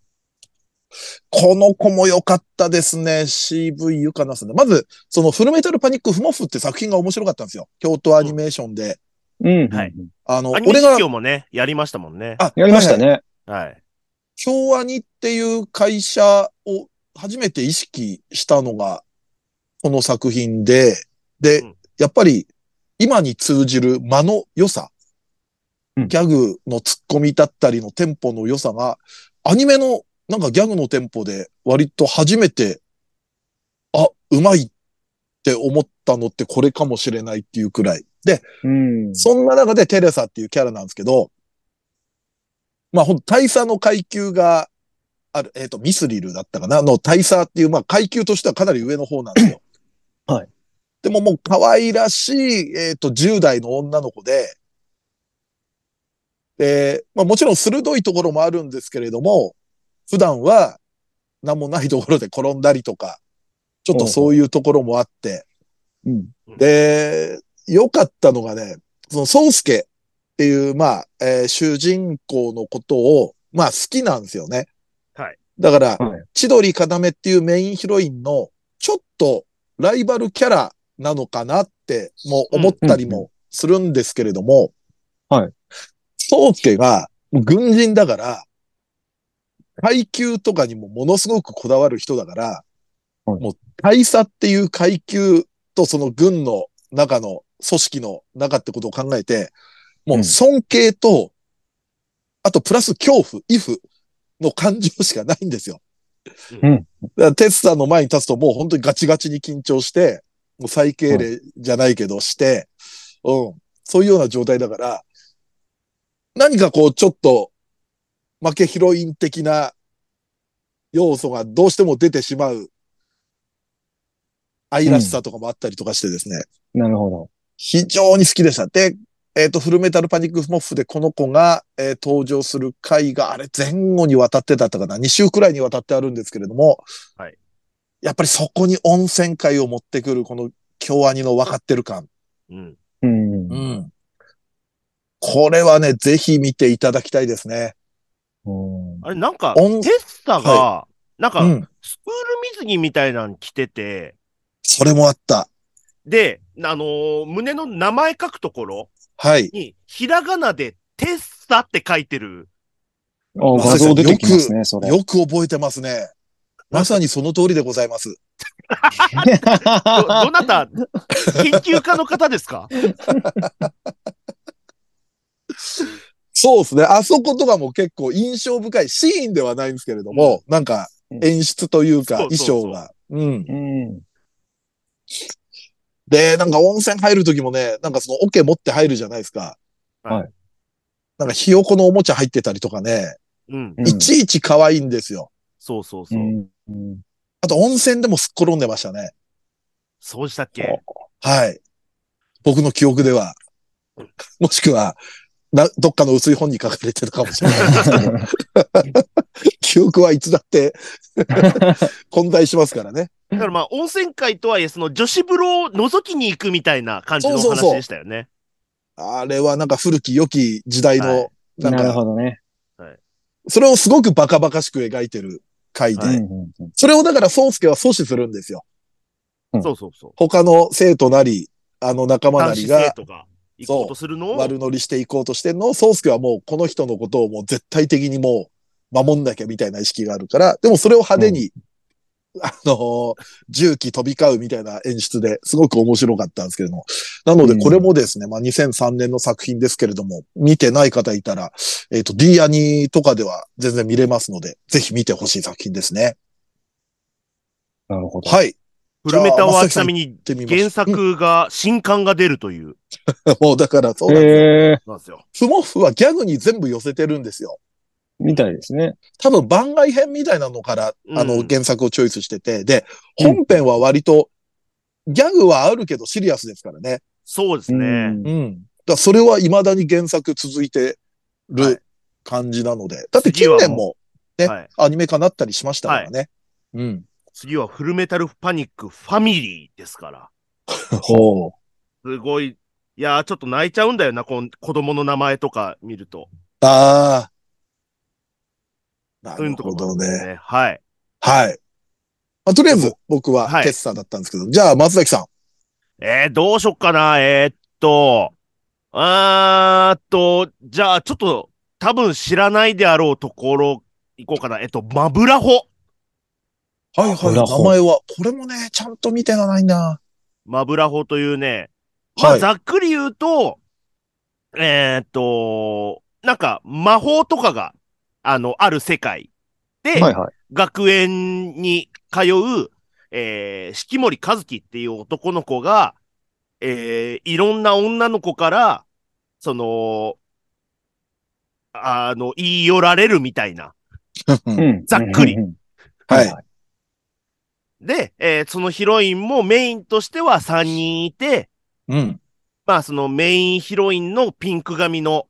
この子も良かったですね。CV ゆかなさんで。まず、そのフルメタルパニックフモフって作品が面白かったんですよ。京都アニメーションで。
うん。
はい
あの、
アニメ
俺が
実、況もね、やりましたもんね。
あ
やりました。ね。
はい。
京アニっていう会社を初めて意識したのが、この作品で、で、
うん
やっぱり今に通じる間の良さ、
うん
ギャグの突っ込みだったりのテンポの良さが、アニメのなんかギャグのテンポで割と初めて、あ、うまいって思ったのってこれかもしれないっていうくらい。で、
うん。
そんな中でテレサっていうキャラなんですけど、まあ、ほんと大佐の階級がある、えっ、と、ミスリルだったかな、の大佐っていう、まあ、階級としてはかなり上の方なんですよ。
はい。
でももう可愛らしい、えっ、と、10代の女の子で、で、まあもちろん鋭いところもあるんですけれども、普段は何もないところで転んだりとか、ちょっとそういうところもあって、
うん。
で、良かったのがね、その、宗介っていう、まあ、えー主人公のことを、まあ、好きなんですよね。
はい。
だから、
はい
千鳥かなめっていうメインヒロインの、ちょっとライバルキャラなのかなって、もう思ったり
うんうん
もするんですけれども、
はい。
宗介が、もう軍人だから、階級とかにもものすごくこだわる人だから、
はい
もう大佐っていう階級とその軍の中の組織の中ってことを考えて、もう尊敬と、あとプラス恐怖、イフの感情しかないんですよ。
うん
だからテツさんの前に立つともう本当にガチガチに緊張して、もう最敬礼じゃないけどして、うん。そういうような状態だから、何かこうちょっと負けヒロイン的な要素がどうしても出てしまう愛らしさとかもあったりとかしてですね、
なるほ
非常に好きでした。で、えっ、と、フルメタルパニックモッフでこの子が、えー登場する回があれ前後にわたってだったかな、2週くらいにわたってあるんですけれども、
はい
やっぱりそこに温泉会を持ってくるこの京アニの分かってる感。
うん。
ど。うん。
ん。これはね、ぜひ見ていただきたいですね。
うん
あれ、なんか、テ
おん
ッサが、なん
う
か、
ん。
スクール水着みたいなの着てて、
それもあった。
で、あのー胸の名前書くところ
はい。
に、ひらがなでテッサって書いてる。
あ画像出てきますね、そ れ。
よく覚えてますね。まさにその通りでございます。
ど、どなた、研究家の方ですか
そうですね。あそことかも結構印象深いシーンではないんですけれども、なんか
うん
演出というか
そうそう
衣
そう
装が。うん。
うん。。
で、なんか温泉入る時もね、なんかその桶持って入るじゃないですか。
はい
なんかひよこのおもちゃ入ってたりとかね、
うん。
いちいち可愛いんですよ。
そうそう
う
そう。
ん。うん
あと温泉でもすっ転んでましたね。
そうしたっけ
はい。僕の記憶では。もしくは、な、どっかの薄い本に書かれてるかもしれない。 記憶はいつだって、混在しますからね。
だからまあ、温泉会とはいえ、その女子風呂を覗きに行くみたいな感じのお
そうそうそう
話でしたよね。
あれはなんか古き良き時代の、
はい
なん
なる
か、
ほどね。
それをすごくバカバカしく描いてる回で、
はい
うんうんうん
それをだから宗介は阻止するんですよ。
うん
そうそうそう。
他の生徒なり、あの仲間な
男
り
子
が
生徒が行こうとするのを、
悪乗りしていこうとしてんのを、宗介はもうこの人のことをもう絶対的にもう守んなきゃみたいな意識があるから、でもそれを派手に、あのー銃器飛び交うみたいな演出ですごく面白かったんですけれども。なのでこれもですね、まあ2003年の作品ですけれども、見てない方いたら、えっ、と D アニとかでは全然見れますので、ぜひ見てほしい作品ですね。
なるほど。
はい。
フルメタはちなみに
ってみま
原
し
作が、新刊が出るという、
た。 もうだからそうなんですよ。
ええ、
なんですよ。
フモフはギャグに全部寄せてるんですよ。
みたいですね。
多分番外編みたいなのから、
うん
あの原作をチョイスしてて、で、
うん
本編は割と、ギャグはあるけどシリアスですからね。
そうです
う
ね。
ん
うん。だからそれは未だに原作続いて
はい
る感じなので。だって
次
近
は
年もね
はい。
アニメ化なったりしましたからね。うん。
次はフルメタルパニックファミリーですから。
ほう。
すごい。いやー、ちょっと泣いちゃうんだよな、この子供の名前とか見ると。
ああ。な
そうい
る
うとこ
ほ
ろも
ど
あるんです
ね。
ね。はい。
はい。まあ、とりあえず僕は
はい
テッサーだったんですけど、じゃあ松崎さん。
えー、どうしよっかな。えー、っと、あーっと、じゃあ、ちょっと、多分知らないであろうところ、行こうかな。えっと、マブラホ。
はい
は
はいい。名前は、これもね、ちゃんと見てがないんだ。
マブラホというね、ま
は
あ、
い
ざっくり言うと、えー、っと、なんか、魔法とかが、あの、ある世界で、
はいはい。
学園に通う、えー、式守和樹っていう男の子が、えー、いろんな女の子から、その、あの、言い寄られるみたいな。
うん
ざっくり。
うんうんうん
はい
はい。
で、えーそのヒロインもメインとしては3人いて、
うん。
まあそのメインヒロインのピンク髪の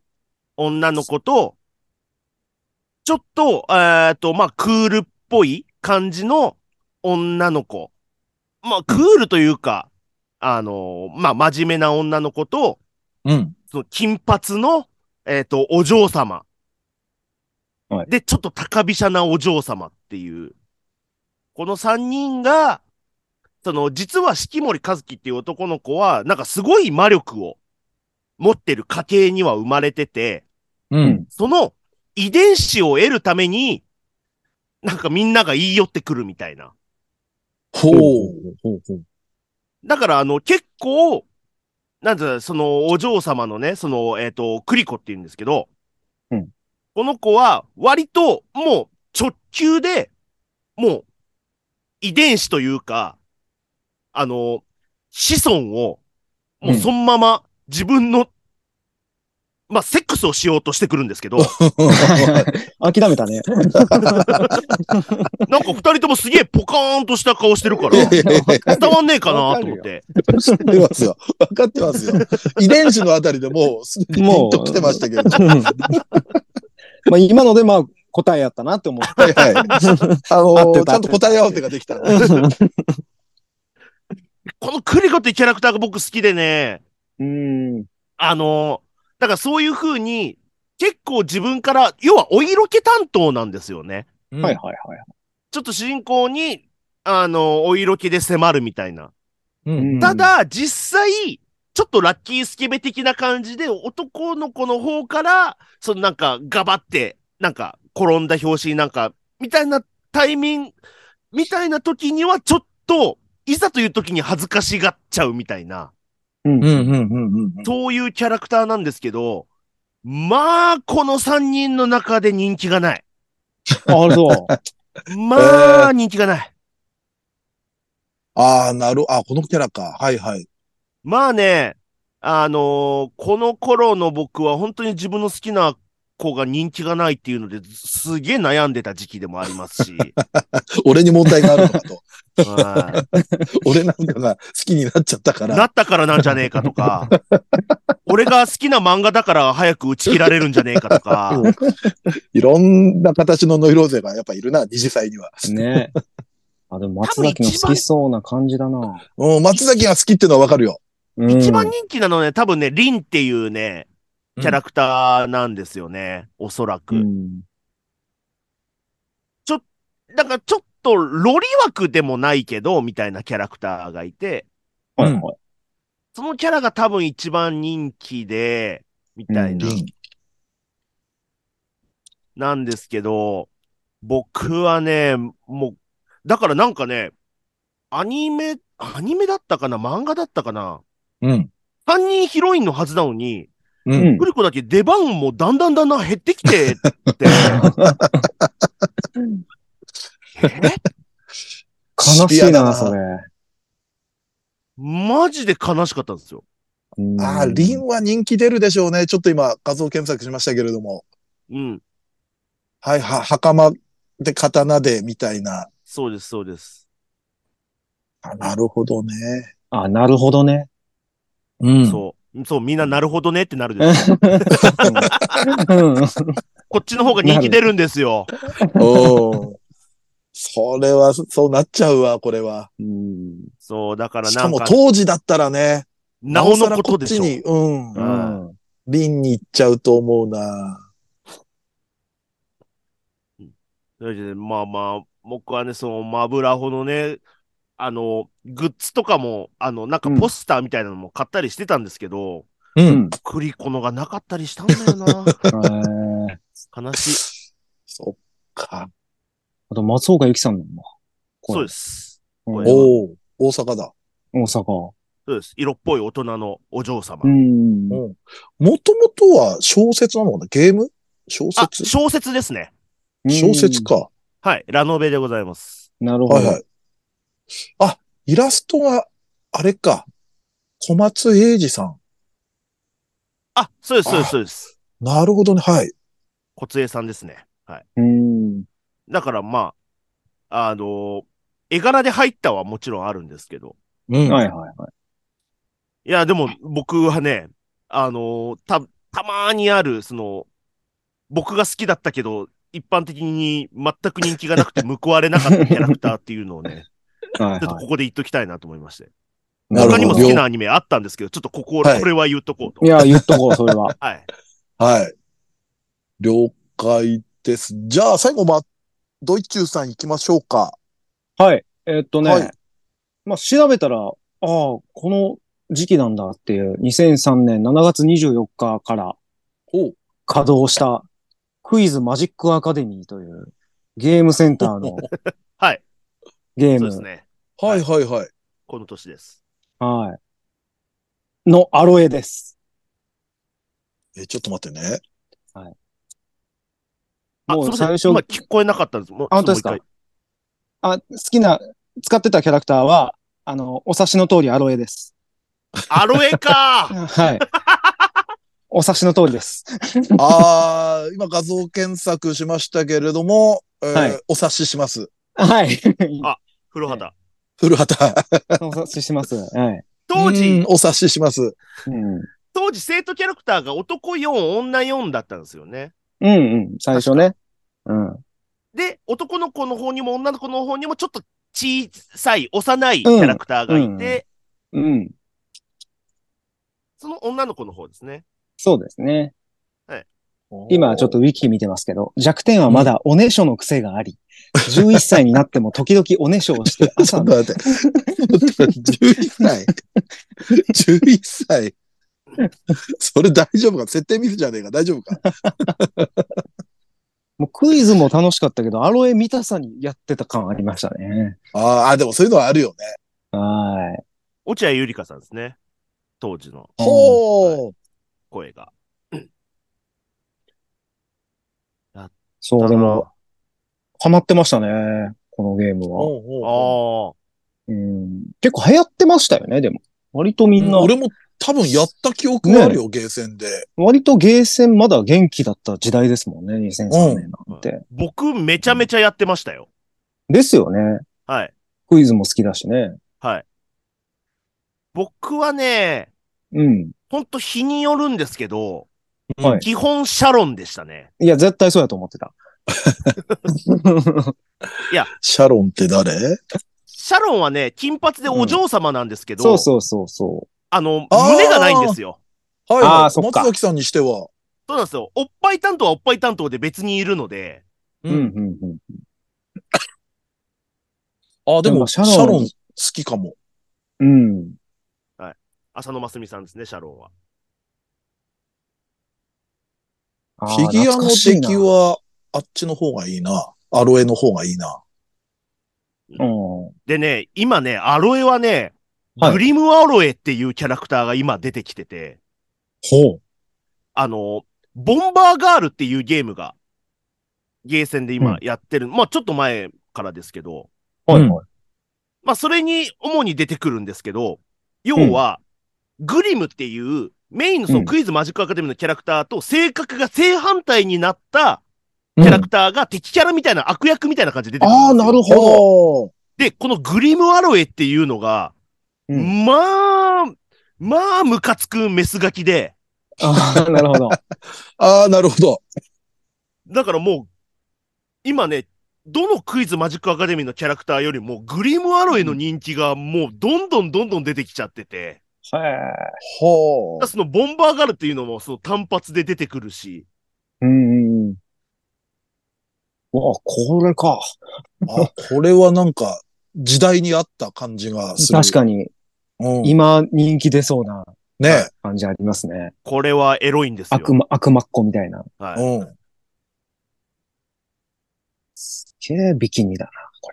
女の子と、ちょっと、えーっと、まあクールっぽい感じの女の子。まあクールというか、あのまあ真面目な女の子と、
うん。
その金髪の、えーっと、お嬢様。
はい
で、ちょっと高飛車なお嬢様っていう。この三人が、その、実は四季森和樹っていう男の子は、なんかすごい魔力を持ってる家庭には生まれてて、
うん。
その遺伝子を得るために、なんかみんなが言い寄ってくるみたいな。
ほう。
ほうほう
だから、あの、結構、なんていうのその、お嬢様のね、その、えっ、と、クリコって言うんですけど、
うん
この子は、割と、もう、直球で、もう、遺伝子というか、あの、子孫を、もう、
うん
そのまま、自分の、まあ、セックスをしようとしてくるんですけど、
諦めたね。
なんか二人ともすげえポカーンとした顔してるから、伝わんねえかなと思って。
知ってますよ。わかってますよ。遺伝子のあたりでもう、すでにピンと来てましたけど。
まあ今のでまあ答えやったなって思って。
はいはい。あ
合っ
の
て
ー、
た
ちゃんと答え合わせができた。
このクリコっていうキャラクターが僕好きでね、
うん。
あのーだからそういう風に、結構自分から、要はお色気担当なんですよね。
は
はいはい。はい。
ちょっと主人公に、あのーお色気で迫るみたいな。
うん
ただ、実際、ちょっとラッキースケベ的な感じで、男の子の方から、そのなんか、ガバって、なんか、転んだ拍子になんか、みたいなタイミング、みたいな時には、ちょっと、いざという時に恥ずかしがっちゃうみたいな。
うん。
うんうんうんうん。
そういうキャラクターなんですけど、まあ、この3人の中で人気がない。
あ、そう。
まあ、人気がない。
ああ、なる、あこのキャラか。はいはい。
まあね、あのーこの頃の僕は本当に自分の好きな子が人気がないっていうので、すげえ悩んでた時期でもありますし。
俺に問題があるのか と。
は
俺なんかが好きになっちゃったか
いな
ら。
ったからなんじゃねえかとか、俺が好きな漫画だから早く打ち切られるんじゃねえかとか、
いろんな形のノイローゼがやっぱいるな、二次祭には。
ね。 あ、でも松崎の好きそうな感じだな。
うん、松崎が好きってのはわかるよ。
うん
一番人気なのはね、多分ね、リンっていうね、キャラクターなんですよね、おそらく。
うん。
なんかちょっとロリ枠でもないけど、みたいなキャラクターがいて、
はいはい。
そのキャラが多分一番人気で、みたいな、
うん
なんですけど、僕はね、もう、だからなんかね、アニメ、アニメだったかな漫画だったかな
うん。
三人ヒロインのはずなのに、
う。
うんん
グリコだけ出番もだんだんだんだん減ってきて、 って。え
悲し
シビア
い
だ
な、それ。
マジで悲しかったんですよ。
うん
ああ、リンは人気出るでしょうね。ちょっと今画像検索しましたけれども。
うん。
はい、は、袴で刀でみたいな。
そうです、そうです。
あなるほどね。
あ、なるほどね。
うん
そう。そう、みんななるほどねってなるでしょ。
うん。
こっちの方が人気出るんですよ。
おーそれは、そそうなっちゃうわ、これは。
うん。
そう、だから
し
な
か
ん
も
か、
当時だったらね、
なおのこと
っ
で
ち
し
に、
ょ。
うん
う、
ん
ん。
リンに行っちゃうと思うな。
それでまあまあ、僕はね、そのマブラホのね、あの、グッズとかも、あの、なんかポスターみたいなのも買ったりしてたんですけど、
う。
うんん。
クリコのがなかったりしたんだよな。
えー
悲しい。
そっか。
あと、松岡由紀さんなんだ。。
そうですす。
うん
おお大阪だ。
大阪。
そうです。色っぽい大人のお嬢様。
ん
うんもともとは小説なのかなゲーム小
あ、
説
小説ですね。
小説。か。
はい。ラノベでございます。
なるほ
はいは
ど。
い。あ、イラストが、あれか。小松英二さん。
あ、そうです、そうです、そうです。
なるほどね。はい。
小杖さんですね。はい。
うん。
だからまあ、あのー絵柄で入ったはもちろんあるんですけど。
うん。
はいはいはい。
いや、でも僕はね、あのーた、たまーにある、その、僕が好きだったけど、一般的に全く人気が なくて報われなかったキャラクターっていうのをね、
は
ち
い
ょっと
はい。
ここで言っときたいなと思いまして。
なる
他
ほ
に
ど
も好きなアニメあったんですけど、ちょっとここ、
はい
これは言っとこうと
い。や、言っとこう、それは。
はい。
はい。了解です。じゃあ、最後、ま、ドイチューさん行きましょうか。
はい。えっとね、
はい
まあ、調べたら、ああ、この時期なんだっていう、2003年7月24日から
ほう
稼働したクイズマジックアカデミーというゲームセンターの
はい。
ゲー
そう
ム
で、すね。
はいはいはい。
この年です。
はい。のアロエです。
え、ちょっと待ってね。
あ、
も
すみ
う
ません。
最初
今、聞こえなかったんです。もう
あ本当ですか
もう一
あ、好きな、使ってたキャラクターは、あの、お察しの通りアロエです。
回アロエか
はい。お察しの通りです。
あー、今画像検索しましたけれども、えー
はい
お察しします。
はい。
古畑。
古畑。
お察しします。はい。
当
うん
時、
お察しします。
うん。
当時生徒キャラクターが男4、女4だったんですよね。
うんうん。最初ね。うん。
で、男の子の方にも女の子の方にもちょっと小さい、幼いキャラクターがいて、
うんうんうん。
その女の子の方ですね。
そうですね。今ちょっとウィキ見てますけど、弱点はまだおねしょの癖があり、11歳になっても時々おねしょを して
ちょ
朝
っ
の、
と待って。ちょっと待って11歳。11歳。それ大丈夫か設定ミスじゃねえか大丈夫か
もうクイズも楽しかったけど、アロエ見たさにやってた感ありましたね。
あーあー、でもそういうのはあるよね。
は
落合ゆりかさんですね。当時の
い。
ほう。
声が。
そう、でも、ハマってましたね。このゲームは。
ほうほうほ
ああ。
う
うん、結構流行ってましたよね、でも。割とみんな、
俺も多分やった記憶があるよ、ゲーセンで。
割とゲーセンまだ元気だった時代ですもんね、2003年なんて。
僕、めちゃめちゃやってましたよ。
ですよね。
はい。
クイズも好きだしね。
はい。僕はね、
うん。
ほんと日によるんですけど、
はい。
基本シャロンでしたね。
いや、絶対そうやと思って た。
シャロンって誰
シャロンはね、金髪でお嬢様なんですけど、
そうそうそうそ
あの、
あー
胸がないんですよ。
はい、
あ
は
ー
い。
そっか
松崎さんにしては。
そうなんですよ。おっぱい担当はおっぱい担当で別にいるので、
う。うん、うん、うん。
あ、で
で
も、
も
シ
シ
ャ
ャロン
ロン好きかも。
うん。
浅野真澄さんですね、シャロンは。
あ
フィギュアの出来
を。
は、あっちの方がいいな。アロエの方がいいな。
うん。
でね、今ね、アロエはね、
はい
グリムアロエっていうキャラクターが今出てきてて、
ほう。
あの、ボンバーガールっていうゲームが、ゲーセンで今やってる、まあちょっと前からですけど、
はいはい。
まあそれに主に出てくるんですけど、要は、グリムっていうメインのその
うん
クイズマジックアカデミーのキャラクターと性格が正反対になった
う
キ
ん
ャラクターが敵キャラみたいな悪役みたいな感じで出てくるんですよ。
ああ、なるほ
ほ
で、このグリムアロエっていうのが、
ど。
まあ、まあムカつくメスガキで、
ああ、なるほど。
う。ああ、なるほど。
だからもう、今ね、どのクイズマジックアカデミーのキャラクターよりも、グリムアロエの人気がもうどんどんどんどん出てきちゃってて、
へえ。
ほ
だから。
う
そのボンバーガールっていうのもその単発で出てくるし、
うんうんうん。わあ、これか。
あ、これはなんか、時代に合った感じがする。
確かに、
うん、
今人気出そうな
ね、
感じありますね。
これはエロいんですよ。
悪魔、悪魔っ子みたいな。
はい、
うん。
すげえビキニだな、こ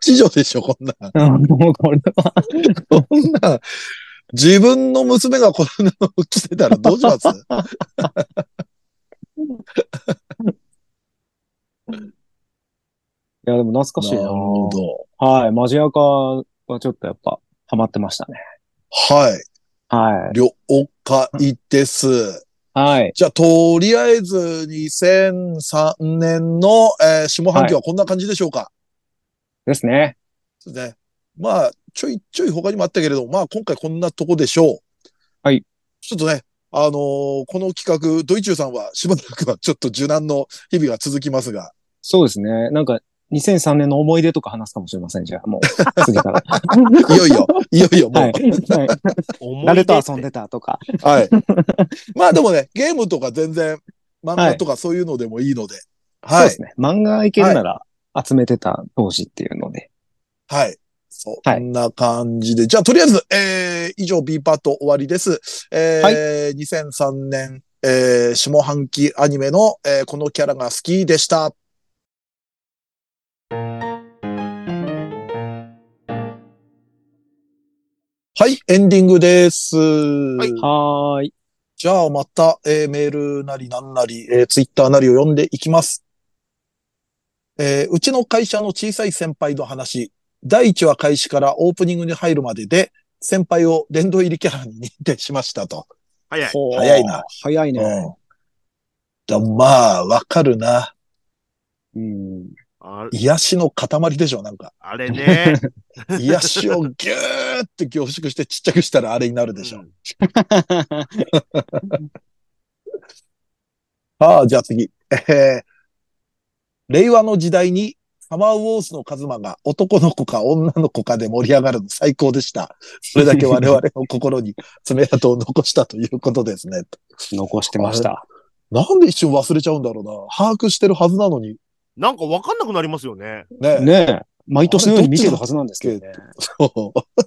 秩序でしょ、こ んなん。
れ。もうこれは。
こんなん、自分の娘がこんなの着てたらどうし ます
いや、でも懐かしい
なる
な。
ほど。
はい、マジアカはちょっとやっぱ、ハマってましたね。
はい。
はい。
了解です。
はい。
じゃあ、とりあえず、2003年の、えー下半期はこんな感じでしょうか。
ですね。
そうですね。まあ、ちょいちょい他にもあったけれど、まあ今回こんなとこでしょう。
はい。
ちょっとね、あのーこの企画、ドイチューさんはしばらくはちょっと受難の日々が続きます が、
そうですね。なんか、2003年の思い出とか話すかもしれません、じゃあ、もう、次から。
いよいよ、いよいよもう、
は
はいい。。
はい
思い出
誰
って
と遊んでたとか。
まあでもね、ゲームとか全然、漫画とかそういうのでもいいので、
そう
は
で
い
す。ね。漫画いけるなら、集めてた当時っていうので。
はい。そんな感じで。じゃあ、とりあえず、えー、以上 B パート終わりです。えー
はい
2003年、えー、下半期アニメの、えーこのキャラが好きでした。はい、エンディングです。はい
はーい。
じゃあ、また、えーメールなりなんなり、えーツイッターなりを読んでいきます。えーうちの会社の小さい先輩の話、第1話開始からオープニングに入るまでで、先輩を殿堂入りキャラに認定しましたと。
早い。
ほう
早いな。
早いね。
うん。でもまあ、わかるな。
うん。
あ
癒しの塊でしょ、なんか。
あれね。
癒しをぎゅーって凝縮してちっちゃくしたらあれになるでし
う
ょ。
ん
ああ、じゃあ次。えー令和の時代にサマーウォーズのカズマが男の子か女の子かで盛り上がるの最高でした。それだけ我々の心に爪痕を残したということですね。
残してました。
なんで一瞬忘れちゃうんだろうな。把握してるはずなのに。
なんかわかんなくなりますよね。
ね。
ねえ。毎年のように見てるはずなんですけどね。
そう。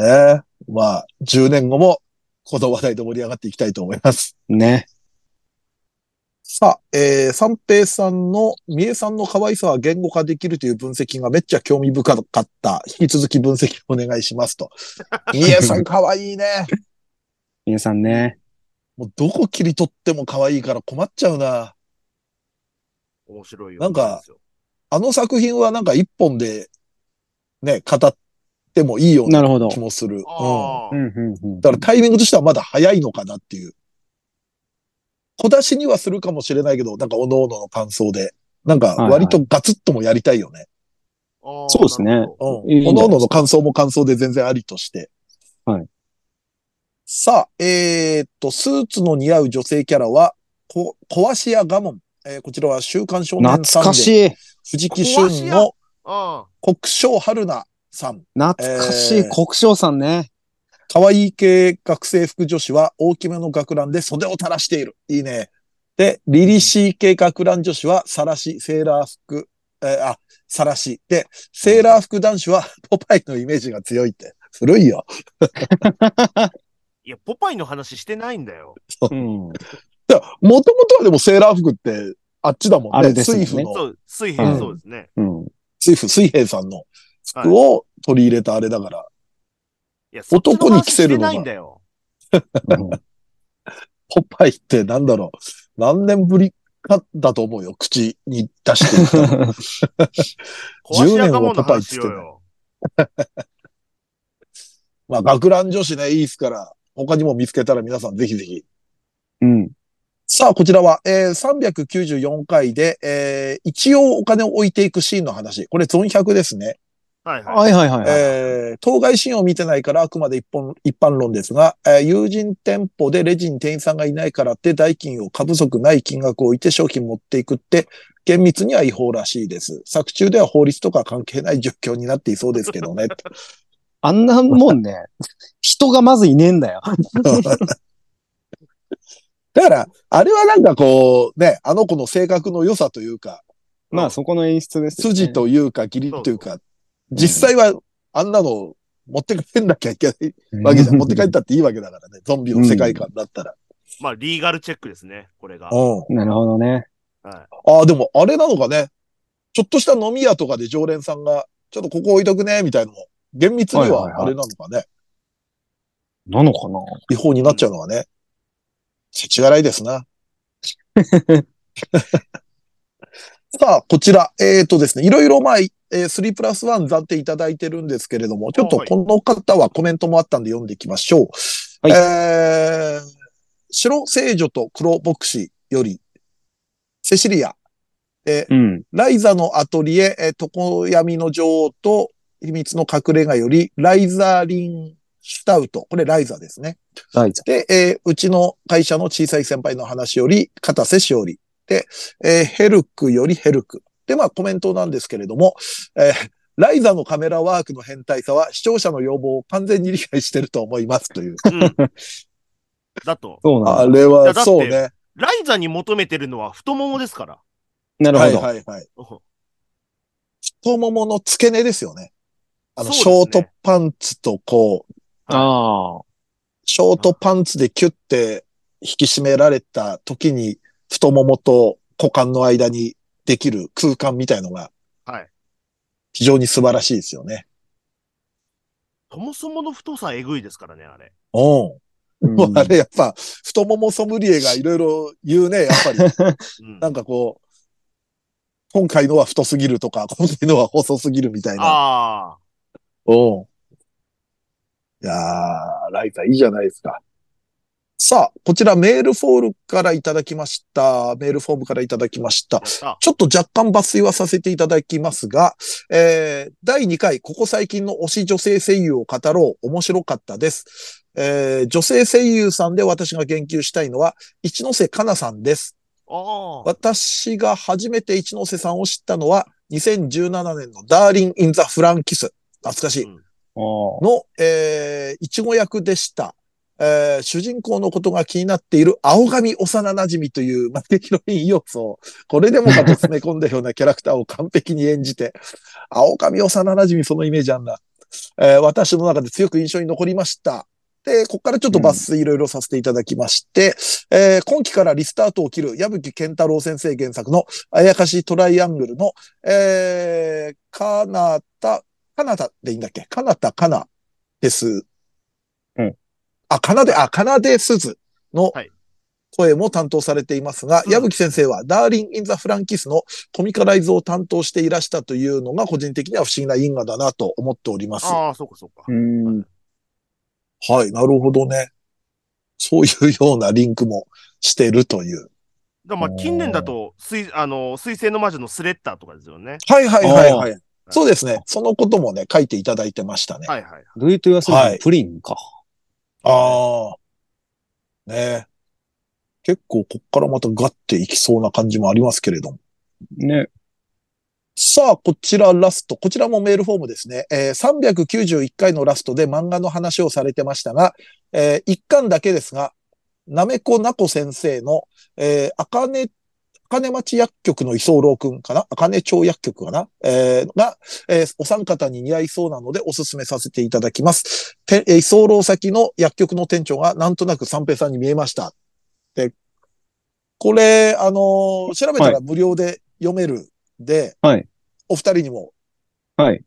ねえ。まあ、10年後もこの話題で盛り上がっていきたいと思います。
ね。
さあ、えー、三平さんの、三重さんの可愛さは言語化できるという分析がめっちゃ興味深かった。引き続き分析お願いします と。三重さん可愛いね。
皆さんね。
もうどこ切り取っても可愛いから困っちゃうな。
面白いよ。
なんか、あの作品はなんか一本で、ね、語ってもいいような
なるほど
気。もする。うん。
あ
う
ー
んうんうん
だからタイミングとしてはまだ早いのかなっていう。小出しにはするかもしれないけど、なんか各々の感想で。なんか割とガツッともやりたいよね。
あー。
そうですね
なるほど
うん。
いいんじゃ
各
ないですか
々の感想も感想で全然ありとして。
はい。
さあ、えーっと、スーツの似合う女性キャラは、こ、壊しや我門。えーこちらは週刊少年サンデ
懐
ー。
かしい。
藤木俊の
あ
国章春菜さん。
懐かしい。
えー
国章さんね。
可愛い系学生服女子は大きめの学ランで袖を垂らしている。いいね。で、リリシー系学ラン女子はさらし、セーラー服、えーあ、さらし。で、セーラー服男子はポパイのイメージが強いって。古いよ。
ーいや、ポパイの話してないんだよ。
うん。
もともとはでもセーラー服ってあっちだもんね。
あれですよ
水
ね
夫
そ
の、
う、水
う
平、
ん
そうですね。
うん。
水夫、水平さんの服を取り入れたあれだから。
いや、
男に着せるのが
そっち話してないんだよ。
ポパイってなんだろう。何年ぶりかだと思うよ。口に出してい ったの
壊しやかもの
10年はポパイっ
話
つ
し
っ
よ
て
うん
だ
よ。
まあ、学ラン女子ね、いいですから、他にも見つけたら皆さんぜひぜひ。
うん。
さあ、こちらは、えー、394回で、えー、一応お金を置いていくシーンの話。これ、ゾン100ですね。
はいはい。
はいはいはいはい。
えー、当該シーンを見てないから、あくまで一本、一般論ですが、えー友人店舗でレジに店員さんがいないからって代金を過不足ない金額を置いて商品持っていくって、厳密には違法らしいです。作中では法律とか関係ない状況になっていそうですけど ね。
あんなもんね、人がまずいねえんだよ。
だから、あれはなんかこう、ね、あの子の性格の良さというか、
まあそこの演出ですよね。
筋というか、義理というか、実際はあんなの持って帰んなきゃいけないわけじゃん。持って帰ったっていいわけだからね。ゾンビの世界観だったら。
まあ、リーガルチェックですね、これが。
うん。
なるほどね。
はい
ああ、でもあれなのかね。ちょっとした飲み屋とかで常連さんが、ちょっとここ置いとくね、みたいなのも、厳密に
はいはい
は
はい
あれなのかね。
なのかな
違法になっちゃうのはね。世知辛いですな。さあ、こちら、えっ、ー、とですね、いろいろ前、えー、3プラス1暫定いただいてるんですけれども、ちょっと
はい
この方はコメントもあったんで読んでいきましょう。
はい
えー、白聖女と黒牧師より、セシリア、えー
うん。
ライザのアトリエ、えー、常闇の女王と秘密の隠れ家より、ライザーリン・シュタウト。これライザですね。
大ち
で、えーうちの会社の小さい先輩の話より、片瀬しおり。で、えーヘルクよりヘルク。で、まあコメントなんですけれども、えーライザのカメラワークの変態さは視聴者の要望を完全に理解してると思いますという。
うんだと、
そうな
あ
んだ。
れ
い
は
やだって
そうね。
ライザに求めてるのは太ももですから。
なる
は
ほ
い
ど。
はいはい。太ももの付け根ですよね。あの、シ
そうで
ョー
すね
トパンツとこう、
ああ。
ショートパンツでキュッて引き締められた時に、太ももと股間の間にできる空間みたいのが
はい。
非常に素晴らしいですよね。
そもそもの太さえぐいですからね、あれ。
うん。
うん
あれやっぱ、太ももソムリエがいろいろ言うね、やっぱり。
うん
なんかこう、今回のは太すぎるとか、今回のは細すぎるみたいな。
ああ。
うん。いやー、ライターいいじゃないですか。さあ、こちらメールフォールからいただきました。メールフォームからいただきました。
やった。
ちょっと若干抜粋はさせていただきますが、えー、第2回、ここ最近の推し女性声優を語ろう、面白かったです。えー、女性声優さんで私が言及したいのは、一ノ瀬香奈さんです。
ああ。
私が初めて一ノ瀬さんを知ったのは、2017年のダーリン・イン・ザ・フランキス。懐かしい。
あ
の、えー、いちご役でした。えー、主人公のことが気になっている青髪幼馴染という負けヒロイン要素を、これでもかと詰め込んだようなキ ャラクターを完璧に演じて、青髪幼馴染そのイメージあんな。えー、私の中で強く印象に残りました。で、ここからちょっと抜粋いろいろさせていただきまして、えー今期からリスタートを切る矢吹健太郎先生原作のあやかしトライアングルの、えー、かなた、かなたでいいんだっけかなたかなです。
うん。
あ、かなで、あ、かなで鈴の
はい、
声も担当されていますが、
うん
矢吹先生は、ダーリン・イン・ザ・フランキスのコミカライズを担当していらしたというのが、個人的には不思議な因果だなと思っております。は
ああ、そうかそうか。
うん。
い、なるほどね。そういうようなリンクもしてるという。
だからまあ近年だと、水、あの、水星の魔女のスレッターとかですよね。
はいはいはいはい。そうですね。そのこともね、書いていただいてましたね。
はいはい。
Do it yourself のプリンか。
ああ。ねえ結構こっからまたガッていきそうな感じもありますけれども。
ね。
さあ、こちらラスト。こちらもメールフォームですね。えー391回のラストで漫画の話をされてましたが、え1巻だけですが、なめこなこ先生の、えー、あかね、あかね町薬局の居候くんかなあかね町薬局かなえーが、えーお三方に似合いそうなのでおすすめさせていただきます。てえー居候先の薬局の店長がなんとなく三平さんに見えました。で、これ、あのー調べたら無料で読めるで、
はい
お二人にも、
はい。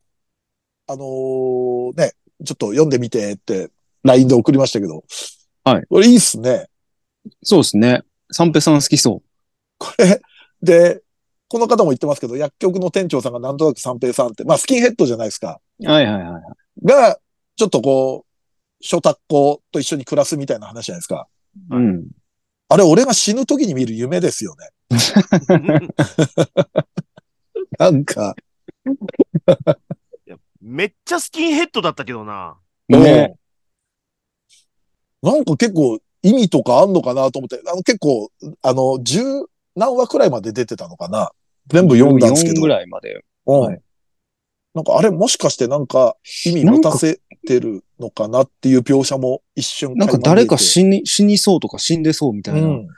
あのーね、ちょっと読んでみてって LINE で送りましたけど、
はい。
これいいっすね。
そうですね。三平さん好きそ
これ、で、この方も言ってますけど、薬局の店長さんがなんとなく三平さんって、まあスキンヘッドじゃないですか。
う。はいはいはい。
が、ちょっとこう、諸卓公と一緒に暮らすみたいな話じゃないですか。
うん。
あれ、俺が死ぬ時に見る夢ですよね。 なんか、
いやめっちゃスキンヘッドだったけどな。
ね。
もうなんか結構意味とかあんのかなと思って、あの結構、あの、十何話くらいまで出てたのかな。全部読んだんですけ
4
ど。
ぐらいまで。
うん。
はい
なんかあれもしかしてなんか意味持たせてるのかなっていう描写も一瞬
なんか誰か
垣
死に、死にそうとか死んでそうみた
間
い
見えてう
な
ん。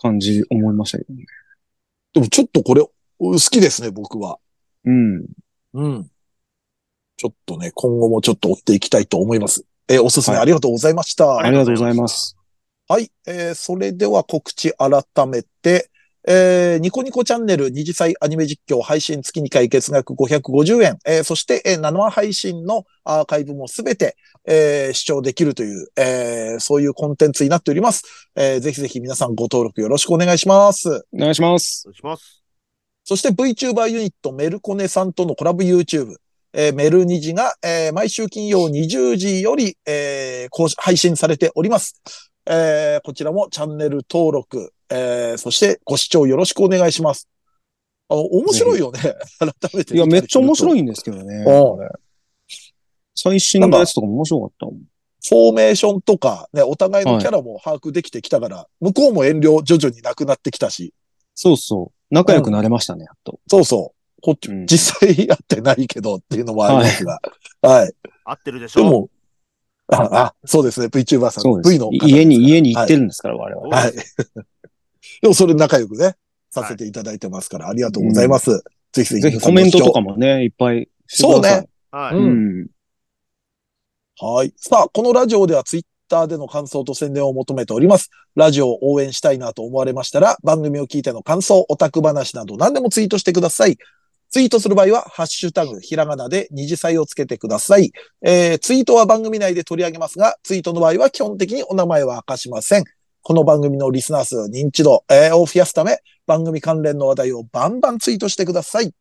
感じ思いましたけどね。
でもちょっとこれ好きですね、僕は。
うん。
うん。ちょっとね、今後もちょっと追っていきたいと思います。えーおすすめ
はい
ありがとうございました。
あ
あ
り
り
が
が
と
と
う
う
ござ
ござ
い
い
ま
ますす。
はい、えーそれでは告知改めて、えーニコニコチャンネル二次祭アニメ実況配信月2回月額550円、えーそして、えー生配信のアーカイブもすべて、えー視聴できるという、えーそういうコンテンツになっております、えーぜひぜひ皆さんご登録よろしくお願いします。
お願いします。
お願いします。
そして VTuber ユニットメルコネさんとのコラボ YouTube、えーメルニジが、えー毎週金曜20時より、えー更新配信されております、えーこちらもチャンネル登録、えーそしてご視聴よろしくお願いします。あ面白いよね。改めて。
いや、めっちゃ面白
い。
いんですけどね。
うん
あれ最新のやつとかも面白かったもん。
フォーメーションとか、ね、お互いのキャラも把握できてきたから、向こうも遠慮徐々になくなってきたし、
そうそう。仲良くなれましたね、やっと。
そうそう。こっち、
うん
実際会ってないけどっていうのもありますが。はい
合ってるでし
で
ょ
も、あ、あそうですね、VTuber さん。
そうです
V の方ですから
家に、家に行ってるんですから、我々。
はい。でもそれ仲良くね、させていただいてますから、ありがとうございます。ぜひぜひ。
ぜひコメントとか
も。
もね、いっぱいして
そう
ください。
ね。
は
う
い。
ん
うん。
はい。さあ、このラジオではツイッターでの感想と宣伝を求めております。ラジオを応援したいなと思われましたら、番組を聞いての感想、オタク話など何でもツイートしてください。ツイートする場合は、ハッシュタグ、ひらがなで二次祭をつけてください。えー、ツイートは番組内で取り上げますが、ツイートの場合は基本的にお名前は明かしません。この番組のリスナー数、認知度、えーを増やすため、番組関連の話題をバンバンツイートしてください。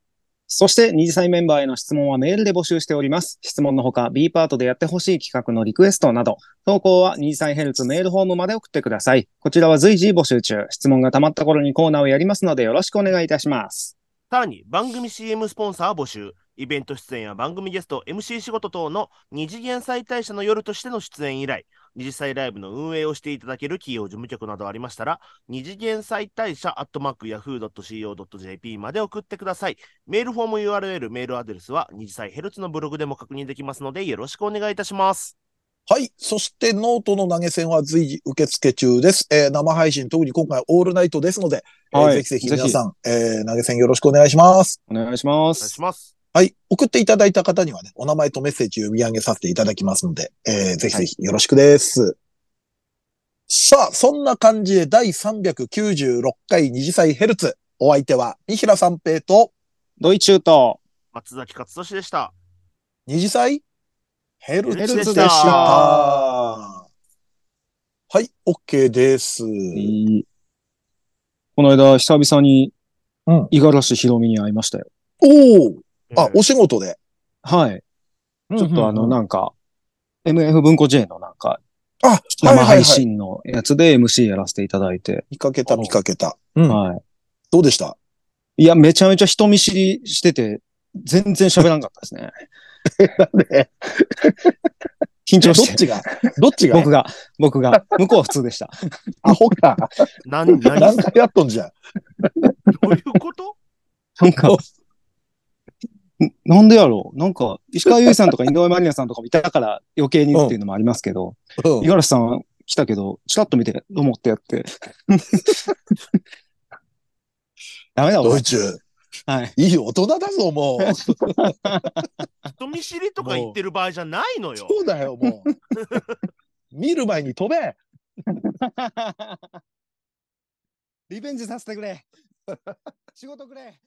そして、二次祭メンバーへの質問はメールで募集しております。質問のほか、B パートでやってほしい企画のリクエストなど、投稿は二次祭ヘルツメールフォームまで送ってください。こちらは随時募集中。質問が溜まった頃にコーナーをやりますので、よろしくお願いいたします。
さらに番組 CM スポンサー募集、イベント出演や番組ゲスト、MC 仕事等の二次元再大社の夜としての出演以来、二次祭ライブの運営をしていただける企業事務局などありましたら、二次元再大社アットマーク yahoo.co.jp まで送ってください。メールフォーム URL、メールアドレスは二次祭ヘルツのブログでも確認できますので、よろしくお願いいたします。
はい。そしてノートの投げ銭は随時受付中です。えー生配信、特に今回オールナイトですので、えーぜひぜひ皆さん、えー投げ銭よろしくお願いします。
お願いしま
お願いし
す。
ます。
はい。送っていただいた方にはね、お名前とメッセージ読み上げさせていただきますので、えーぜひぜひよろしくです。さあ、そんな感じで第396回二次祭ヘルツ。お相手は、三平三平と
ドイチューと、
松崎勝利でした。
二次祭ヘルツ
ヘ
で
ルツでし
し
た
た。はい、OK です。
いいこの間、久々に
うん、
五十嵐ひろみに会いましたよ。
おおあ、
お
お仕事で。
はい。ちょっとあの、
な、
なんか、MF 文庫 J のなんか、
あ、はい
生
はい、は
配
い。
信のやつで MC やらせていただいて、
見かけた、見かけた。うん。
は
どうでした
い。いや、めちゃめちゃ人見知りしてて、全然喋らんかったで すね。緊
ど
張
っ
して。
ちが どっちが
僕が、僕が、向こうは普通 でした。
アホか。
何、何、
何回やっとんじゃん。
どういうこと
なんか、んなんでやろうなんか、石川由依さんとか井上まりなさんとかもいたから余計にっていうのもありますけど、
うん
五十嵐さん来たけど、チラッと見て、どうもって やって。 ダメだ、
ド
俺
イ。ツ、
はい。
いい大人だぞ、もう。そ
人見知りとか言ってる場合じゃないのよ。
うだよ、もう。 見る前に飛べ。
リベンジさせてくれ。仕事くれ。